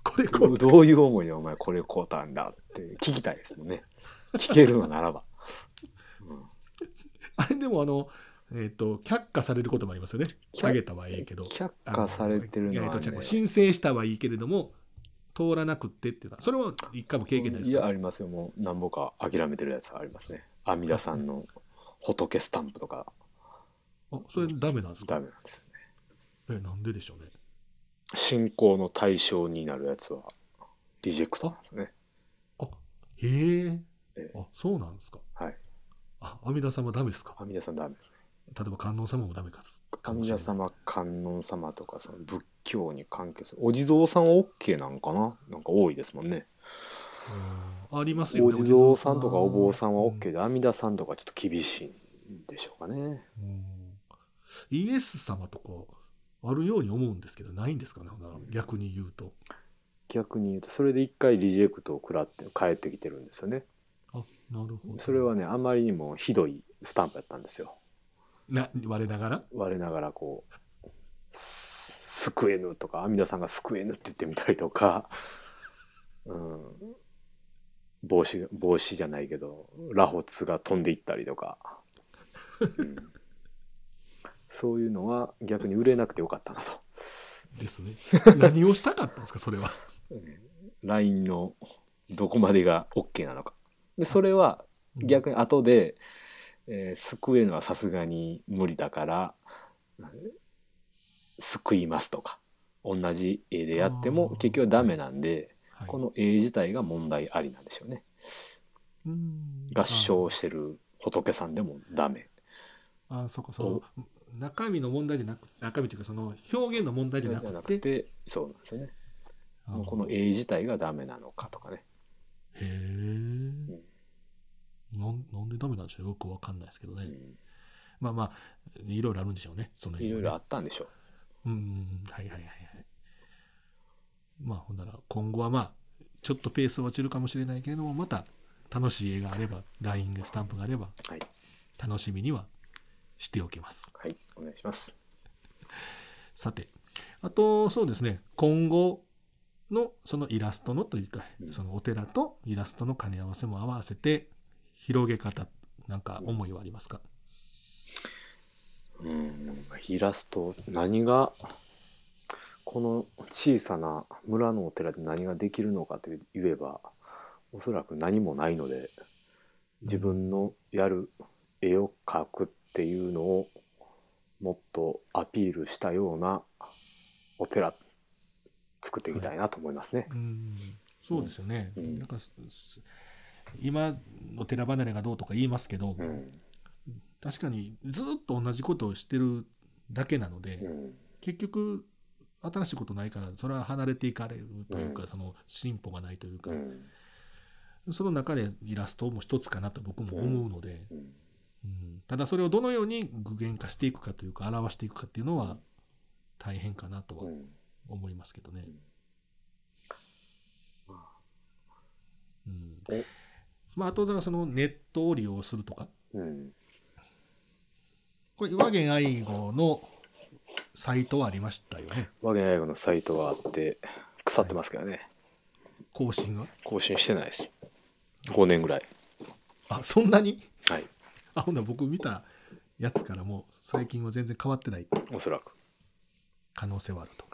これこ
などういう思いでお前これこうたんだって聞きたいですもんね聞けるのならば、うん
あれでもあの、えっと却下されることもありますよね。
却
下げたはいいけど。
却
あ
下
の
されてるのは、
え
ね
っと違う申請したはいいけれども通らなくってっていうのはそれは一回も経験ないで
い
す
や
か
ありますよもう何ぼか諦めてるやつはありますね阿弥陀さんの仏スタンプとか
あそれダメなんです
ダ
か
メなんですよね
えなんででしょうね。
信仰の対象になるやつはリジェクトなんですね
へえ
ええ
あそうなんですか。
はい
あ阿弥陀様ダメですか
阿弥陀さんダメです
例えば観音様もダメかす。
阿弥陀様観音様とかその仏教に関係するお地蔵さんは OK なんかななんか多いですもんね
うんありますよ
お
ね。
地蔵さんとかお坊さんは
うん
OK で阿弥陀さんとかちょっと厳しいんでしょうかね
うんイエス様とかあるように思うんですけどないんですかねほんなら逆に言うと
逆に言うとそれで一回リジェクトを食らって帰ってきてるんですよね
あなるほど
それはねあまりにもひどいスタンプやったんですよ
な我ながら
我ながらこう「す救えぬ」とか阿弥陀さんが「救えぬ」って言ってみたりとか、うん、帽子帽子じゃないけどラホツが飛んでいったりとか、うんそういうのは逆に売れなくてよかったなと
です ね何をしたかったんですかそれは
LINE のどこまでが OK なのかでそれは逆に後で、えー救えるのはさすがに無理だからうん救いますとか同じ絵でやって
あ
も
ー
結局ダメなんで、
はい
この絵自体が問題ありなんでしょうね
うん
合唱してる仏さんでもダメ
ああそうかそう中身の問題じゃなく中身というかその表現の問題じ
じ
ゃ
ゃ
な
な
く
く
て
てそうなんですよね
あ
も
ー
うこの絵自体がダメなのかとかね
へえなんなんでダメなんでしょうよくわかんないですけどね、
うん
まあまあいろいろあるんでしょうねその
い
辺
ろ
はいね
ろあったんでしょ
うん、はいはいはいはい。まあ、ほんなら、今後はまあ、ちょっとペースは落ちるかもしれないけれども、また楽しい絵があれば、LINE がスタンプがあれば、
うはい
楽しみにはしておきます。
はいお願いします
さて、あと、そうですね、今後のそのイラストのというか
う、ん
そのお寺とイラストの兼ね合わせも合わせて、広げ方、なんか思いはありますか、
うん、イラスト何がこの小さな村のお寺で何ができるのかと言えばおそらく何もないので自分のやる絵を描くっていうのをもっとアピールしたようなお寺作っていきたいなと思いますね。
うんそうですよね。
うん
なんかすす今の寺離れがどうとか言いますけど、
うん
確かにずっと同じことをしてるだけなので、
うん
結局新しいことないからそれは離れていかれるというか、
うん
その進歩がないというか
う、ん
その中でイラストも一つかなと僕も思うので、
うん
うんただそれをどのように具現化していくかというか表していくかっていうの
う
は
ん
大変かなと
う
は
ん
思いますけどね。うん
お
まあ、あとだからそのネットを利用するとか
うん
これ和言愛語のサイトはありましたよね
和芸大学のサイトがあって腐ってますけどね。
更新は。
更新してないです5年ぐらい
あそんなに
はい
あほんなら僕見たやつからもう最近は全然変わってない
おそらく
可能性はあると。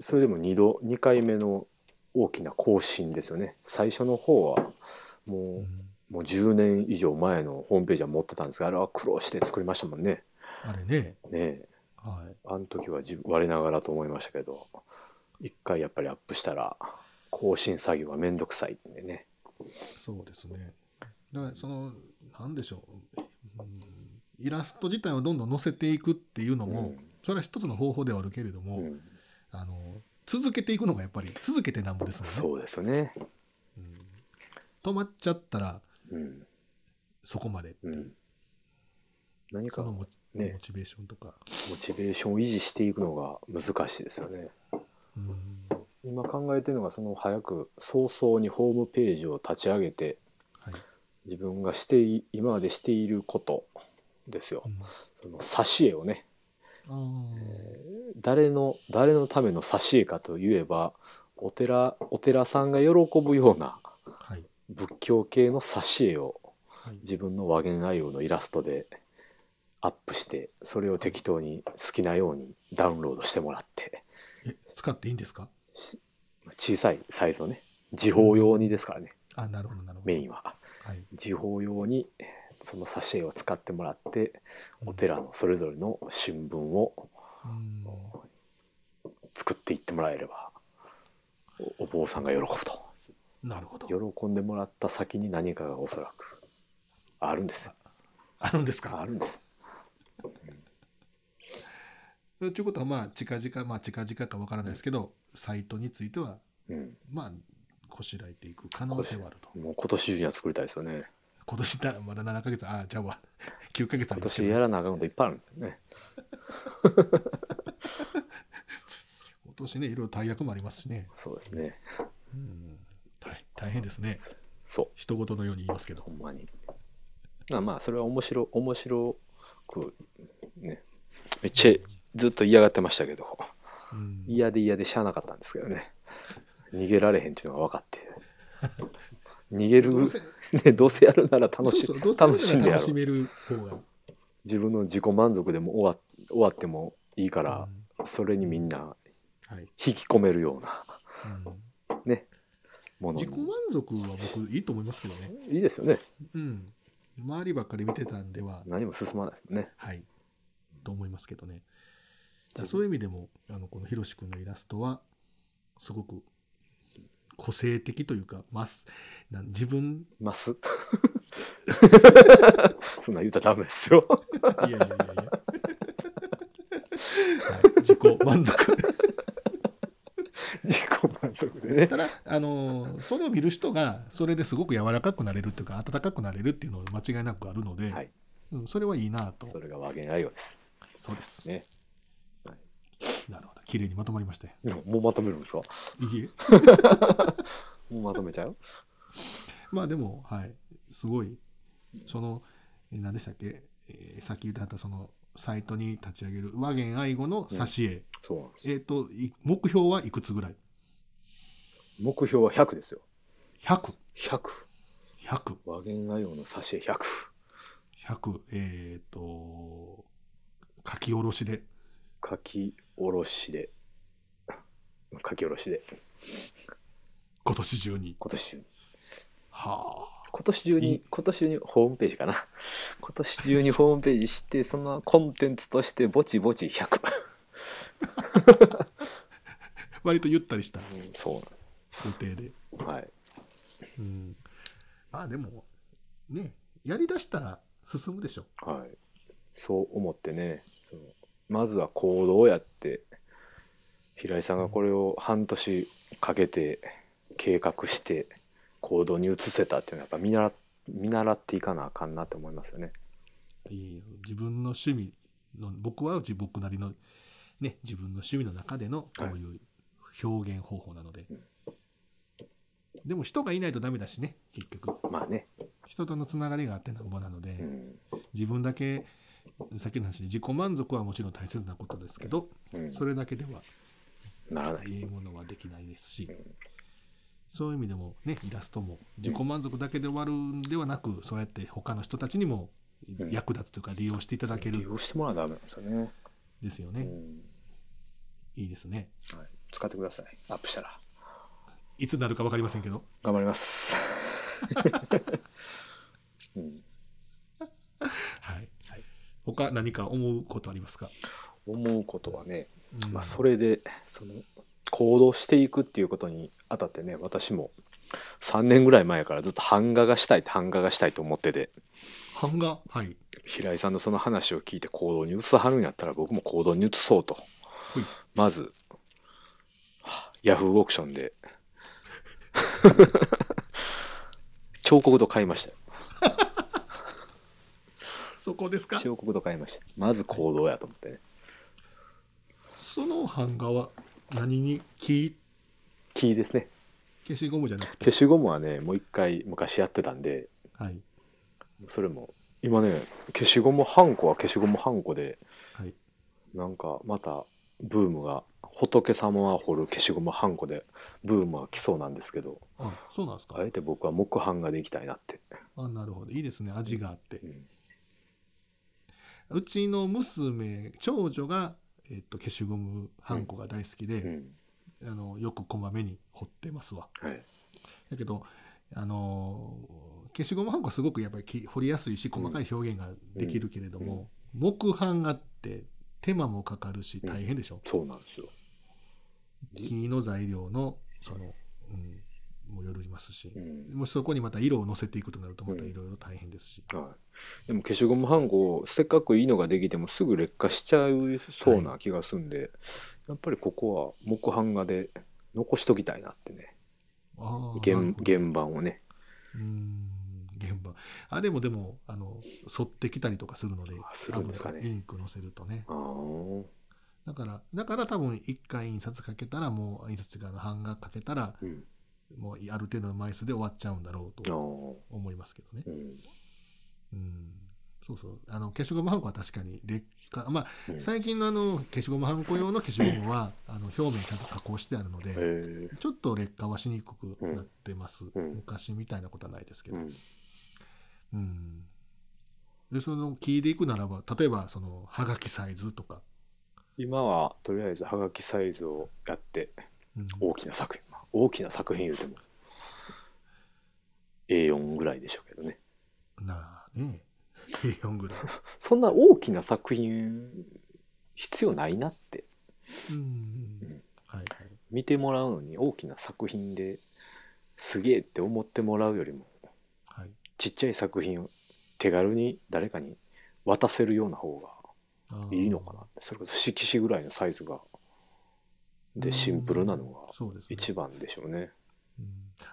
それでも2度2回目の大きな更新ですよね最初の方は
う
もう,、
ん
もう10年以上前のホームページは持ってたんですがあれは苦労して作りましたもんね
あれね、
ねえ
はい、
あの時は自分我ながらと思いましたけど一回やっぱりアップしたら更新作業がめんどくさいんでね
そうですね。だからそのなんでしょう、うんイラスト自体をどんどん載せていくっていうのも、
うん
それは一つの方法ではあるけれども、
うん
あの続けていくのがやっぱり続けてなんぼですもんね。
そうですね。
うん止まっちゃったら
うん。
そこまでって
う。
いうん
何
そ
か
の
モ
モ,、
ね
モチベーションとか、
チベーションを維持していくのが難しいですよね。
うん
今考えてるのがその早く早々にホームページを立ち上げて
はい
自分がしてい今までしていることですよ
う。ん
その挿絵をね
あー
誰の誰のための挿絵かといえばお寺お寺さんが喜ぶような
はい
仏教系の挿絵を
はい
自分の和言内容のイラストでアップしてそれを適当に好きなようにダウンロードしてもらって
え使っていいんですか
し小さいサイズのね時報用にですからね
あなるほどなるほど
メ。インは
はい、
時報用にその挿絵を使ってもらってお寺のそれぞれの新聞を
うん
作っていってもらえればおお坊さんが喜ぶと
なるほど。
喜んでもらった先に何かがおそらくあるんですよ
あるんです
あ
か
るんです
ということはまあ近々まあ近々かわからないですけどサイトについては
うん
まあこしらえていく可能性はあると。
もう今年中には作りたいですよね
今年だまだ7ヶ月あーじゃあわ 9ヶ月あ
今
ります
年
けど
やらなあかんこといっぱいあるんですよね
今年ねいろいろ大役もありますしね、
そうですね
うん、大大変ですね
そう
人事のように言いますけど
ほんまにまあまあそれは面白面白くねめっちゃずっと嫌がってましたけど
うん
嫌で嫌でしゃあなかったんですけどね逃げられへんっていうのが分かって逃げる
どうせ
ね、どうせやるなら楽し
そうそうどうせ
楽しんでや
楽
ろ
し
う
める方が
自分の自己満足でも終わ終わってもいいか
う
ら、
ん
それにみんな
はい、
引き込めるような
う
も
ん、
の
自己満足は僕いいと思いますけどね、
いいですよね
うん、周りばっかり見てたんでは
何も進まないですもんね
はいと思いますけどねだからそういう意味でもあのこのひろしくんのイラストはすごく個性的というかますなん自分
ます そんなん言うたらダメですよ
い やいやいやいや。はい、自己満足だ
自己満足でね
ったら、あのーそれを見る人がそれですごく柔らかくなれるっていうか温かくなれるっていうのは間違いなくあるので、
はい
うん、それはいいなと
それが和言愛用です
そうです
ね
なるほど綺麗にまとまりましたよ
でももうまとめるんですか
いいえ
もうまとめちゃう
まあでもはいすごいそのえー何でしたっけ、えーさっき言ってはったそのサイトに立ち上げる和言愛語の挿絵、
そうなんです
えっ、とい目標はいくつぐらい
目標は100ですよ
?100
100
100
和言愛用の挿絵100
100えっ、と書き下ろしで
書き下ろしで書き下ろしで
今年中に
今年中に
は
今年中
い
に
い
今年中にホームページかな今年中にホームページ してそのコンテンツとしてぼちぼち100、
あ割とゆったりした
うん、そ
予定で、
うはい
うん、まあでもねやりだしたら進むでしょ
はいそう思ってねそのまずは行動をやって平井さんがこれを半年かけて計画して行動に移せたっていうのはやっぱ見習見習っていかなあかんなと思いますよね
いい自分の趣味の僕は自僕なりのね自分の趣味の中でのこういう表現方法なので、でも人がいないとダメだしね結局
まあね、
人とのつながりがあってなんぼなので、
うん
自分だけさっきの話で自己満足はもちろん大切なことですけど
うん、
それだけでは
ならない
いいものはできないですしそういう意味でもねイラストも自己満足だけで終わるんではなくそうやって他の人たちにも
うん
役立つというか利用していただけ
利
る
用してもらうダメなんですよね、
ですよ
う
ね
ん
いいですね
はい、使ってくださいアップしたら
いつになるか分かりませんけど
頑張ります。 うん、
はい他何か思うことありますか
思うことはね、
うん
まあ、それでその行動していくっていうことにあたってね私も3年ぐらい前からずっと版画がしたい版画がしたいと思ってて
版画はい
平井さんのその話を聞いて行動に移さはるんやったら僕も行動に移そうと
い
まずはヤフーオークション で彫刻と買いましたよ
そこですか
彫刻と買いましたまず行動やと思ってね
その版画は何に木
木ですね
消しゴムじゃなくて
消しゴムはねもう一回昔やってたんで
はい
それも今ね消しゴムハンコは消しゴムハンコで
はい
なんかまたブームが仏様は彫る消しゴムハンコでブームは来そうなんですけど
あそうなんですか
あえて僕は木版画でいきたいなって、
あなるほどいいですね味があって
うん
うちの娘長女が、えっと消しゴムハンコが大好き
う
で、
ん
あのよくこまめに彫ってますわ
はい
だけどあのー消しゴムはんこはすごくやっぱりき彫りやすいし細かい表現ができるけれども、木版画って手間もかかるし大変でしょ、
そうなんですようん
木の材料のその、うん、もよりますし、
うん
もしそこにまた色をのせていくとなるとまたいろいろ大変ですし、
はい、でも消しゴムはんこせっかくいいのができてもすぐ劣化しちゃうそうな気がするんで、やっぱりここは木版画で残しときたいなってね
ああ
原
なるほど
原版をね
うん現場あでもでもあの沿ってきたりとかするので
あするんですかね
あのインクのせるとね
あー
だからだから多分一回印刷かけたらもう印刷が版画かけたら
うん
もうある程度の枚数で終わっちゃうんだろうと
あー
思いますけどね。
うん
うん、そうそうあの消しゴムはんこは確かに劣化まあ
うん
最近のあの消しゴムはんこ用の消しゴムはあの表面ちゃんと加工してあるの
へ
で
ー
ちょっと劣化はしにくくなってます、
うん
昔みたいなことはないですけ
う
ど。
ん
うん、でその聞いていくならば例えばそのはがきサイズとか、
今はとりあえずはがきサイズをやって
うん
大きな作品まあ大きな作品言うても A4 ぐらいでしょうけどね
なあね A4 ぐらい。
そんな大きな作品必要ないなって
うんう
うんん
はいはい
見てもらうのに大きな作品ですげえって思ってもらうよりも
はい、
ちっちゃい作品を手軽に誰かに渡せるような方
あー
がいいのかなってそれこそ色紙ぐらいのサイズがでシンプルなの
うん
が
そうですね
一番でしょうね。
うん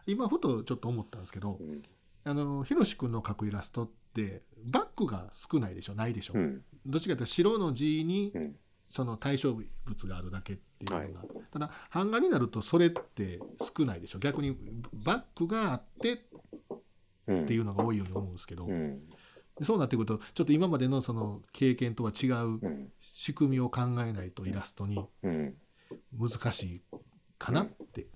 今ふとちょっと思ったんですけど
うん
あのひろし君の描くイラストってバックが少ないでしょないでしょ、
うん
どっちかというと白の字に
うん
その対象物があるだけっていうのが、
はい
ただ版画になるとそれって少ないでしょ逆にバックがあってっ
うん
ていうのが多いように思うんですけど、
うん
でそうなってくるとちょっと今までのその経験とは違
う
うん仕組みを考えないとイラストに
うん
難しいかなって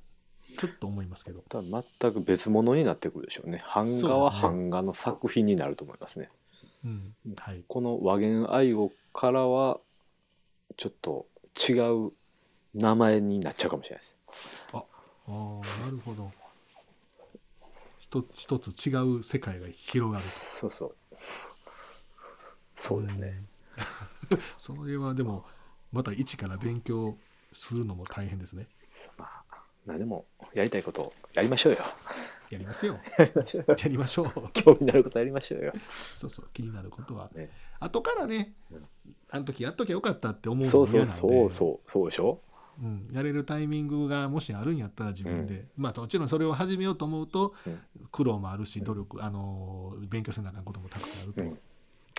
ちょっと思いますけど。
ただ全く別物になってくるでしょうね。版画は
そうですね
版画の作品になると思いますね。
うんはい
この和言愛語からはちょっと違う名前になっちゃうかもしれないです。
ああなるほど一つ一つ違う世界が広がる
そうそう。そうですね。
うん それはでもまた一から勉強するのも大変ですね
まあ、何でもやりたいことをやりましょうよ。
やります よ
やりましょうよ。
やりましょう
興味のあることやりましょうよ。
そうそう気になることは、
ね
後からね
うん
あの時やっときゃよかったって思うの
そ
も
うそ
嫌
う
なんで
そうそうそうでしょ。
うん、やれるタイミングがもしあるんやったら自分で、まあもちろんそれを始めようと思うと
うん
苦労もあるし努力、あのー勉強せなあかんこともたくさんある
うん
と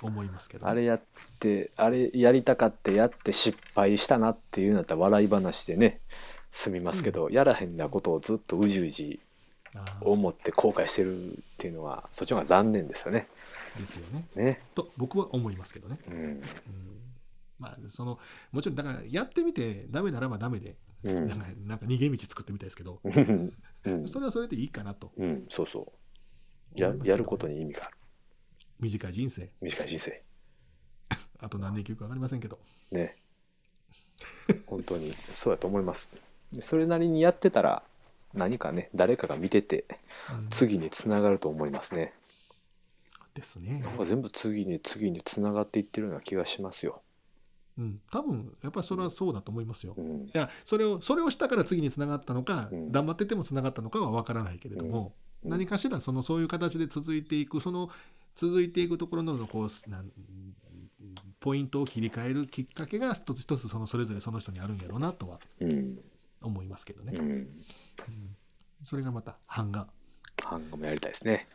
思いますけど、
あれやってあれやりたかってやって失敗したなっていうんだったら笑い話でね済みますけど、やらへんなことをずっとうじうじ
あー
思って後悔してるっていうのはそっちの方が残念ですよね。
ですよね
ね。
と僕は思いますけどね。
うん
うんまあそのもちろんだからやってみてダメならばダメで、
う
なんんかなんか逃げ道作ってみたいですけど、
うんうん
それはそれでいいかなと
うん、そうそうややることに意味がある
短い人生
短い人生
あと何年生きるか分かりませんけど
ね本当にそうだと思いますそれなりにやってたら何かね誰かが見てて
うん
次につながると思いますね
ですね
なん、か全部次に次につながっていってるような気がしますよ、
うん、多分やっぱりそれはそうだと思いますよ、
う
い
ん、
やそれをそれをしたから次につながったのか、
うん
黙っててもつながったのかは分からないけれども、
うん
何かしらそのそういう形で続いていくその続いていくところのこうなんポイントを切り替えるきっかけが一つ一つそのそれぞれその人にあるんやろうなとは
うん
思いますけどね、
うん
うんそれがまた版画
版画もやりたいですね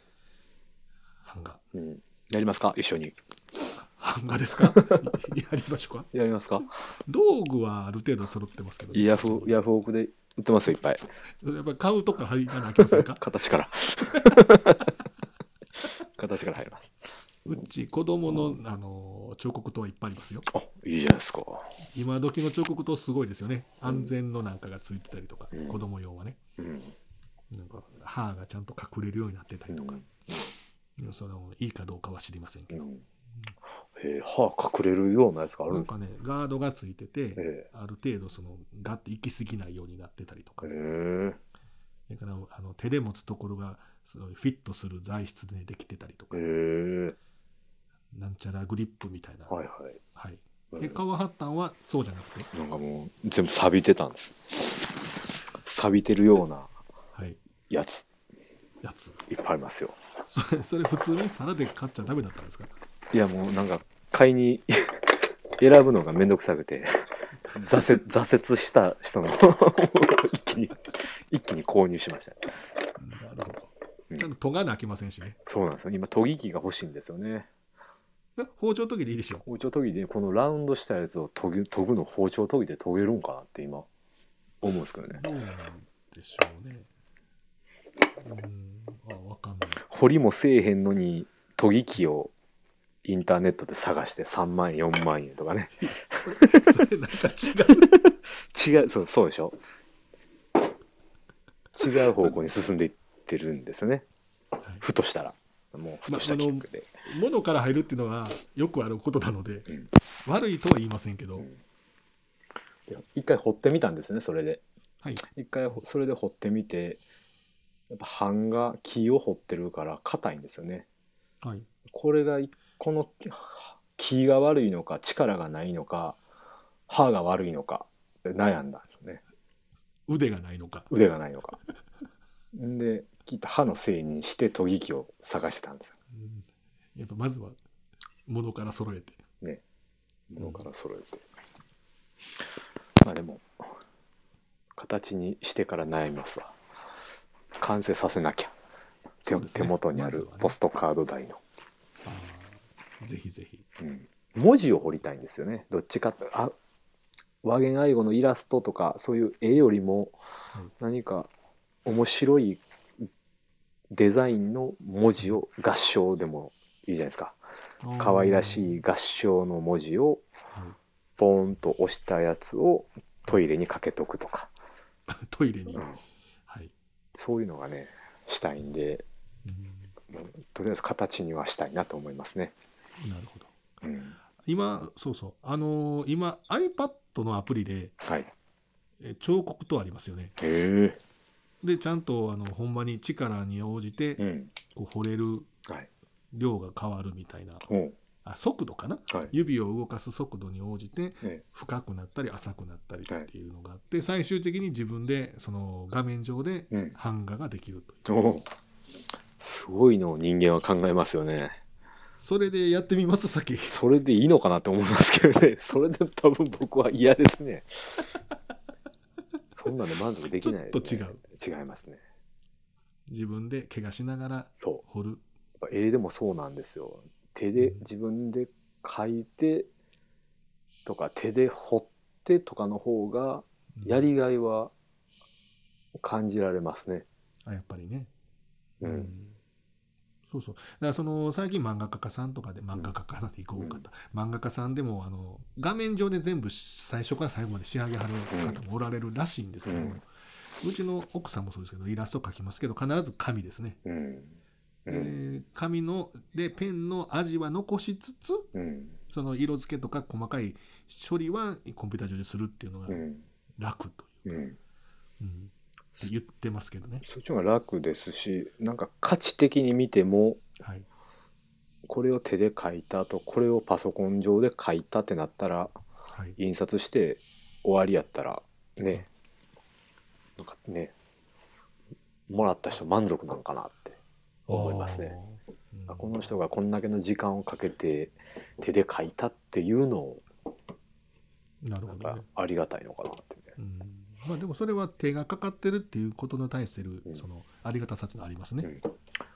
版画
うんやりますか一緒に
版画ですかやりましょうか
やりますか
道具はある程度揃ってますけど、
ヤフヤフオクで売ってますよいっぱい
やっぱり買うとこから入らなきゃいけませんか
形から 形から入ります
うち子供のあの彫刻刀はいっぱいありますよ
あいいじゃないですか
今時の彫刻刀すごいですよね安全のなんかがついてたりとか、
うん
子供用はね
うん
なんか歯がちゃんと隠れるようになってたりとか、
う
そのいいかどうかは知りませんけど、
んえー歯隠れるようなやつがある
なんん
です
か
か
ねガードがついてて、
え
ある程度そのガッて行き過ぎないようになってたりとか、
ええ
だからあの手で持つところがすごいフィットする材質でできてたりと
え
か、なんちゃらグリップみたいな、
はいはい
はい、
え
で川八端はそうじゃなくて、
なんかもう全部錆びてたんです錆びてるような
はい、
やつ
やつ
いっぱいありますよ
それそれ普通に皿で買っちゃダメだったんですか
いやもうなんか買いに選ぶのがめんどくさくて挫折挫折した人 の一気に一気に購入しました
なるほど
うん
ちゃんと研がなあきませんしね
そうなんですよ今研ぎ器が欲しいんですよね
え包丁研ぎでいいでしょ
包丁研ぎでこのラウンドしたやつを研ぐ研ぐの包丁研ぎで研げるんかなって今思うんですけどね
どうなんでしょうねうんあわかんない
彫りもせえへんのに研ぎ器をインターネットで探して3万円4万円とかね
それそれ なんか違う
違うそうそうでしょ違う方向に進んでいってるんですね
はい
ふとしたらもうふとしたきっかけで、
物から入るっていうのはよくあることなので、
うん
悪いとは言いませんけど、
うんいや一回掘ってみたんですねそれで
はい
一回ほそれで掘ってみてやっぱ版が木を掘ってるから硬いんですよね
はい
これがいこのは木が悪いのか力がないのか歯が悪いのかで悩んだんですよね
腕がないのか
腕がないのかんできっと歯のせいにして研ぎ器を探してたんですよ
うんやっぱまずは物から揃えて
物から揃えて、まあでも形にしてから悩みますわ完成させなきゃ手,、
そうですね
手元にあ
まず
る
はね
ポストカード台の、
あーぜひぜひ
うん文字を彫りたいんですよねどっちかってあ和言愛語のイラストとかそういう絵よりも
い
何か面白いデザインの文字を合唱でもいいじゃないですか可愛らしい合唱の文字を
は
ポーンと押したやつをトイレにかけとくとか、
い トイレに、
うん
はい
そういうのがねしたいんで
うん
もうとりあえず形にはしたいなと思いますね。
なるほど
うん、
今そうそうあのー今 iPad のアプリで
はい、
え彫刻とありますよね
え
でちゃんとあのほんまに力に応じて
うん
こう掘れる
はい
量が変わるみたいな
おう
あ速度かな
はい
指を動かす速度に応じて
え
深くなったり浅くなったりっていうのがあって最終的に自分でその画面上で
うん
版画ができるという
おうすごいのを人間は考えますよね。
それでやってみますさっき
それでいいのかなって思いますけどね それで多分僕は嫌ですね。そんなんで満足できないです、ね。
ちょっ
と違う。違いますね。
自分で怪我しながら
そう
掘る
やっぱ絵でもそうなんですよ手で自分で描いてとか手で彫ってとかの方が
うん
やりがいは感じられますね。
あやっぱりね
うん
そうそうだからその最近漫画家さんとかで漫画家さんって行こうかった、漫画家さんでもあの画面上で全部最初から最後まで仕上げはる方もおられるらしいんですけど、
う
うんちの奥さんもそうですけどイラスト描きますけど必ず紙ですね、
うんう
え
ん
ー紙のでペンの味は残しつつ
うん
その色付けとか細かい処理はコンピューター上でするっていうのが
うん
楽といううか、
ん
うん言ってますけどね、
そっちの方が楽ですしなんか価値的に見ても
はい、
これを手で描いたとこれをパソコン上で描いたってなったら
はい、
印刷して終わりやったらねなんかねもらった人満足なんかなって思いますね。
あーうん
あこの人がこんだけの時間をかけて手で書いたっていうのを
なる
な
ほ
ん
ど、
か
ね
ありがたいのかなって、
うんまあ、でもそれは手がかかってるっていうことに対する
うん
そのありがたさっていうのはありますね。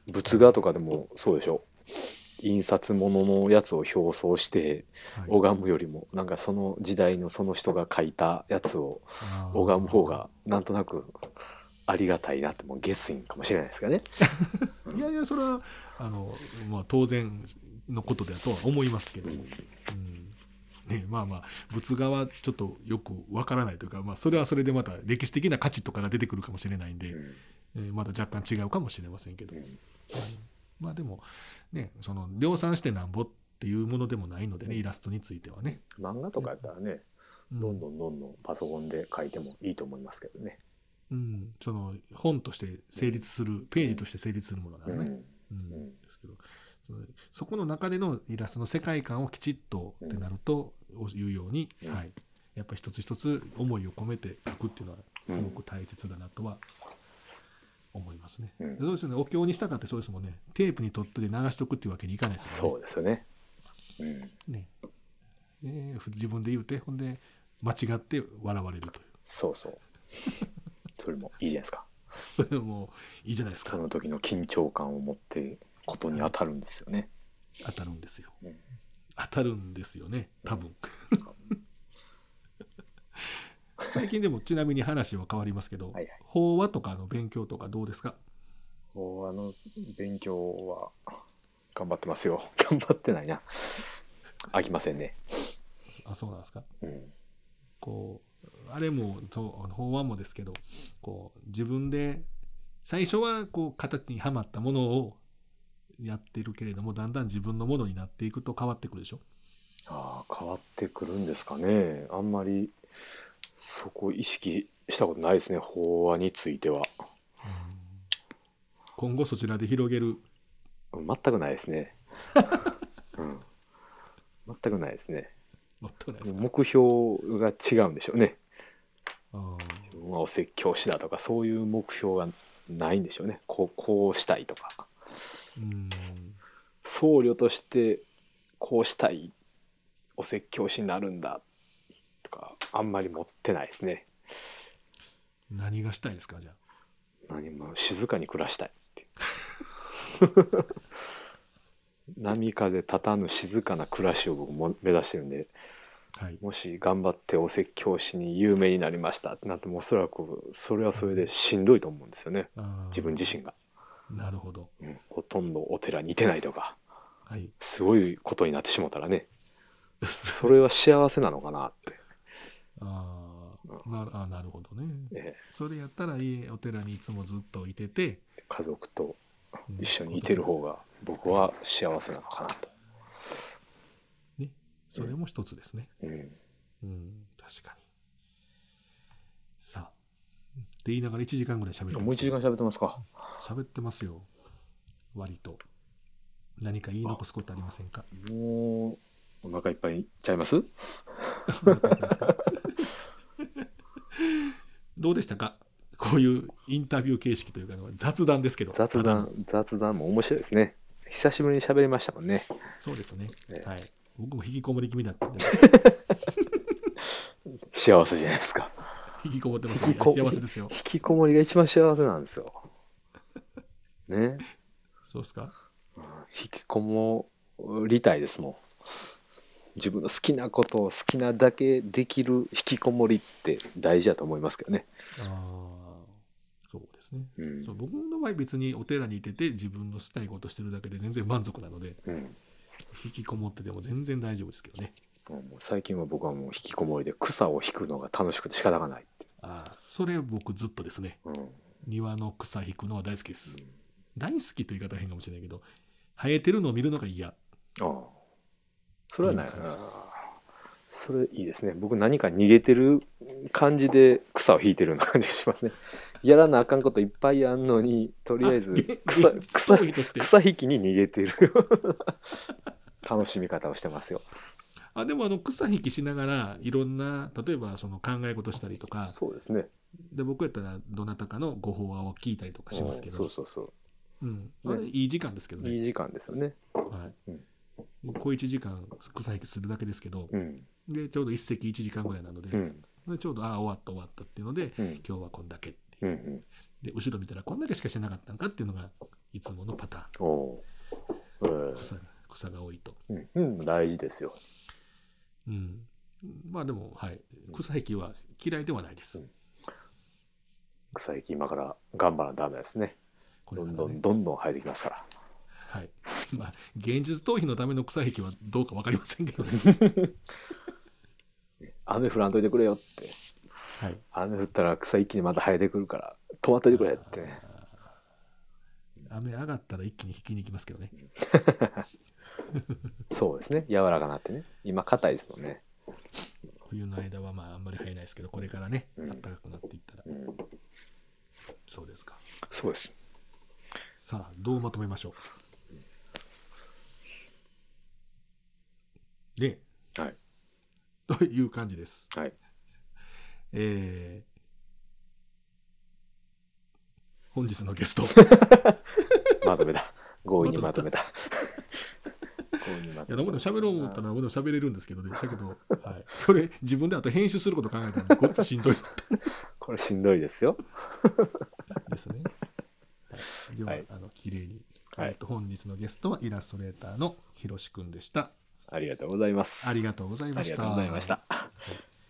仏画とかでもそうでしょ印刷物のやつを表層して
はい、
拝むよりもなんかその時代のその人が書いたやつを
あー
拝む方がなんとなくありがたいなってもうゲスインかもしれないですかね。
いやいやそれはあの、まあ、当然のことだとは思いますけど、うんね、まあまあ仏画はちょっとよくわからないというか、まあ、それはそれでまた歴史的な価値とかが出てくるかもしれないんで、えーまだ若干違うかもしれませんけど、まあでもねその量産してなんぼっていうものでもないのでねイラストについてはね。
漫画とかやったらね、
うん
どんどんどんどんパソコンで書いてもいいと思いますけどね。
うん、その本として成立するページとして成立するものだからね、うん
うん
ですけどそのそこの中でのイラストの世界観をきちっとってなると、お言うように、
うん
はい、やっぱ一つ一つ思いを込めて書くっていうのはすごく大切だなとは思いますね。
うん
そうですよねお経にしたかってそうですもんねテープに取って流しとくっていうわけにいかないです
そ
よ
うですよね。うん
ね。ねで自分で言うてほんで間違って笑われるという
そうそう。 それもいいじゃないですか。
それもいいじゃないですか
その時の緊張感を持ってことに当たるんですよね。
当たるんですよ。
うん
当たるんですよね多分 最近でもちなみに話は変わりますけど、
はいはい
法話とかの勉強とかどうですか
もうあの勉強は頑張ってますよ。 頑張ってないな。飽きませんね。
あそうなんですか
うん。
こうあれもそう法話もですけどこう自分で最初はこう形にはまったものをやってるけれどもだんだん自分のものになっていくと変わってくるでしょ
ああ変わってくるんですかね。あんまりそこ意識したことないですね。法話については
今後そちらで広げる
全くないですね。うん。全くないですね。
全くないですか
目標が違うんでしょうね。
あ
自分はお説教師だとかそういう目標がないんでしょうねこうこうしたいとか
ーうん
僧侶としてこうしたいお説教師になるんだとかあんまり持ってないですね
何がしたいですかじゃあ
何も静かに暮らしたいっていう 波風立たぬ静かな暮らしを僕も目指してるんで
はい、
もし頑張ってお説教師に有名になりましたってなってもおそらくそれはそれでしんどいと思うんですよね
あー
自分自身が。
なるほど、
うんほとんどお寺にいてないとか
はい、
すごいことになってしもたらねそれは幸せなのかなって、
あーなあーなるほどね
え
それやったらいいお寺にいつもずっといてて、
え家族と
うん
一緒にいてる方が僕は幸せなのかなと、
ねそれも一つですね
うん、
うん確かにさあって言いながら1時間ぐらい喋って
もう
ま
1
す
時間喋ってますか
喋ってますよ割と何か言い残すことありませ んか
もうお腹いっぱいいっちゃいます
何かありますかどうでしたかこういうインタビュー形式というか雑談ですけど
雑談雑談も面白いですね久しぶりに喋りましたもんね
そうですね
え。え
はい。僕も引きこもり気味だったんで、
幸せじゃないですか
引きこもってます、
引
ね。
きこ
幸せですよ
引。きこもりが一番幸せなんですよね
そうですか。
引きこもりたいですもん自分の好きなことを好きなだけできる引きこもりって大事だと思いますけどね、
ああ、そうですね。
うん
そう僕の場合別にお寺にいてて自分のしたいことしてるだけで全然満足なので
うん、
引きこもってても全然大丈夫ですけどね
もう最近は僕はもう引きこもりで草を引くのが楽しくて仕方がないって、
ああそれ僕ずっとですね
うん
庭の草引くのは大好きです大好きという言い方は変かもしれないけど生えてるのを見るのが嫌
ああそれはないかなそれいいですね僕何か逃げてる感じで草を引いてるような感じがしますね やらなあかんこといっぱいあんのにとりあえず草草
草として
草引きに逃げてる 楽しみ方をしてますよ。
あでもあの草引きしながらいろんな例えばその考え事したりとか
そうですね。
で僕やったらどなたかのご法話を聞いたりとかしますけど
そうそうそう。
うん、あ
ね
れいい時間ですけどね
いい時間ですよね。
はい小1時間草引きするだけですけど
うん。
でちょうど一席1時間ぐらいなので,、
うん。
でちょうどああ終わった終わったっていうので
うん。
今日はこんだけっていう
うん。うん
で後ろ見たらこんだけしかしてなかったんかっていうのがいつものパターン
おおう。えー
草が草が多いと、
うんうん。大事ですよ。
うん、まあでもはい草壁は嫌いではないです、
うん草木今から頑張らダメですね。
これ
ど
から
ん
ね
どんどんどん生えてきますから。
はい まあ現実逃避のための草壁はどうか分かりませんけどね、
雨降らんといてくれよって。
はい、
雨降ったら草一気にまた生えてくるから、止まっといてくれってね。
雨上がったら一気に引きに行きますけどね
そうですね。柔らかなってね。今硬いですもんね。
冬の間はまああんまり生えないですけどこれからね
うん
暖かくなっていったら
うん。
そうですか
そうです。
さあどうまとめましょうで
はい。
という感じです
はい。
えー本日のゲ ストい
まとめた。強引にまとめた。強引にまと
や何
めた
もでも喋ろう思ったら何もでも喋れるんですけどねだけど、はい、これ自分であと編集すること考えたらこいつしんどい
これしんどいですよ。
ですね。では、
はい
あの綺麗に、
はい
えっと本日のゲストはイラストレーターのひろしくんでした。
ありがとうございます。
ありがとうござい
あ
ま
り
し
が
た。
とうございました。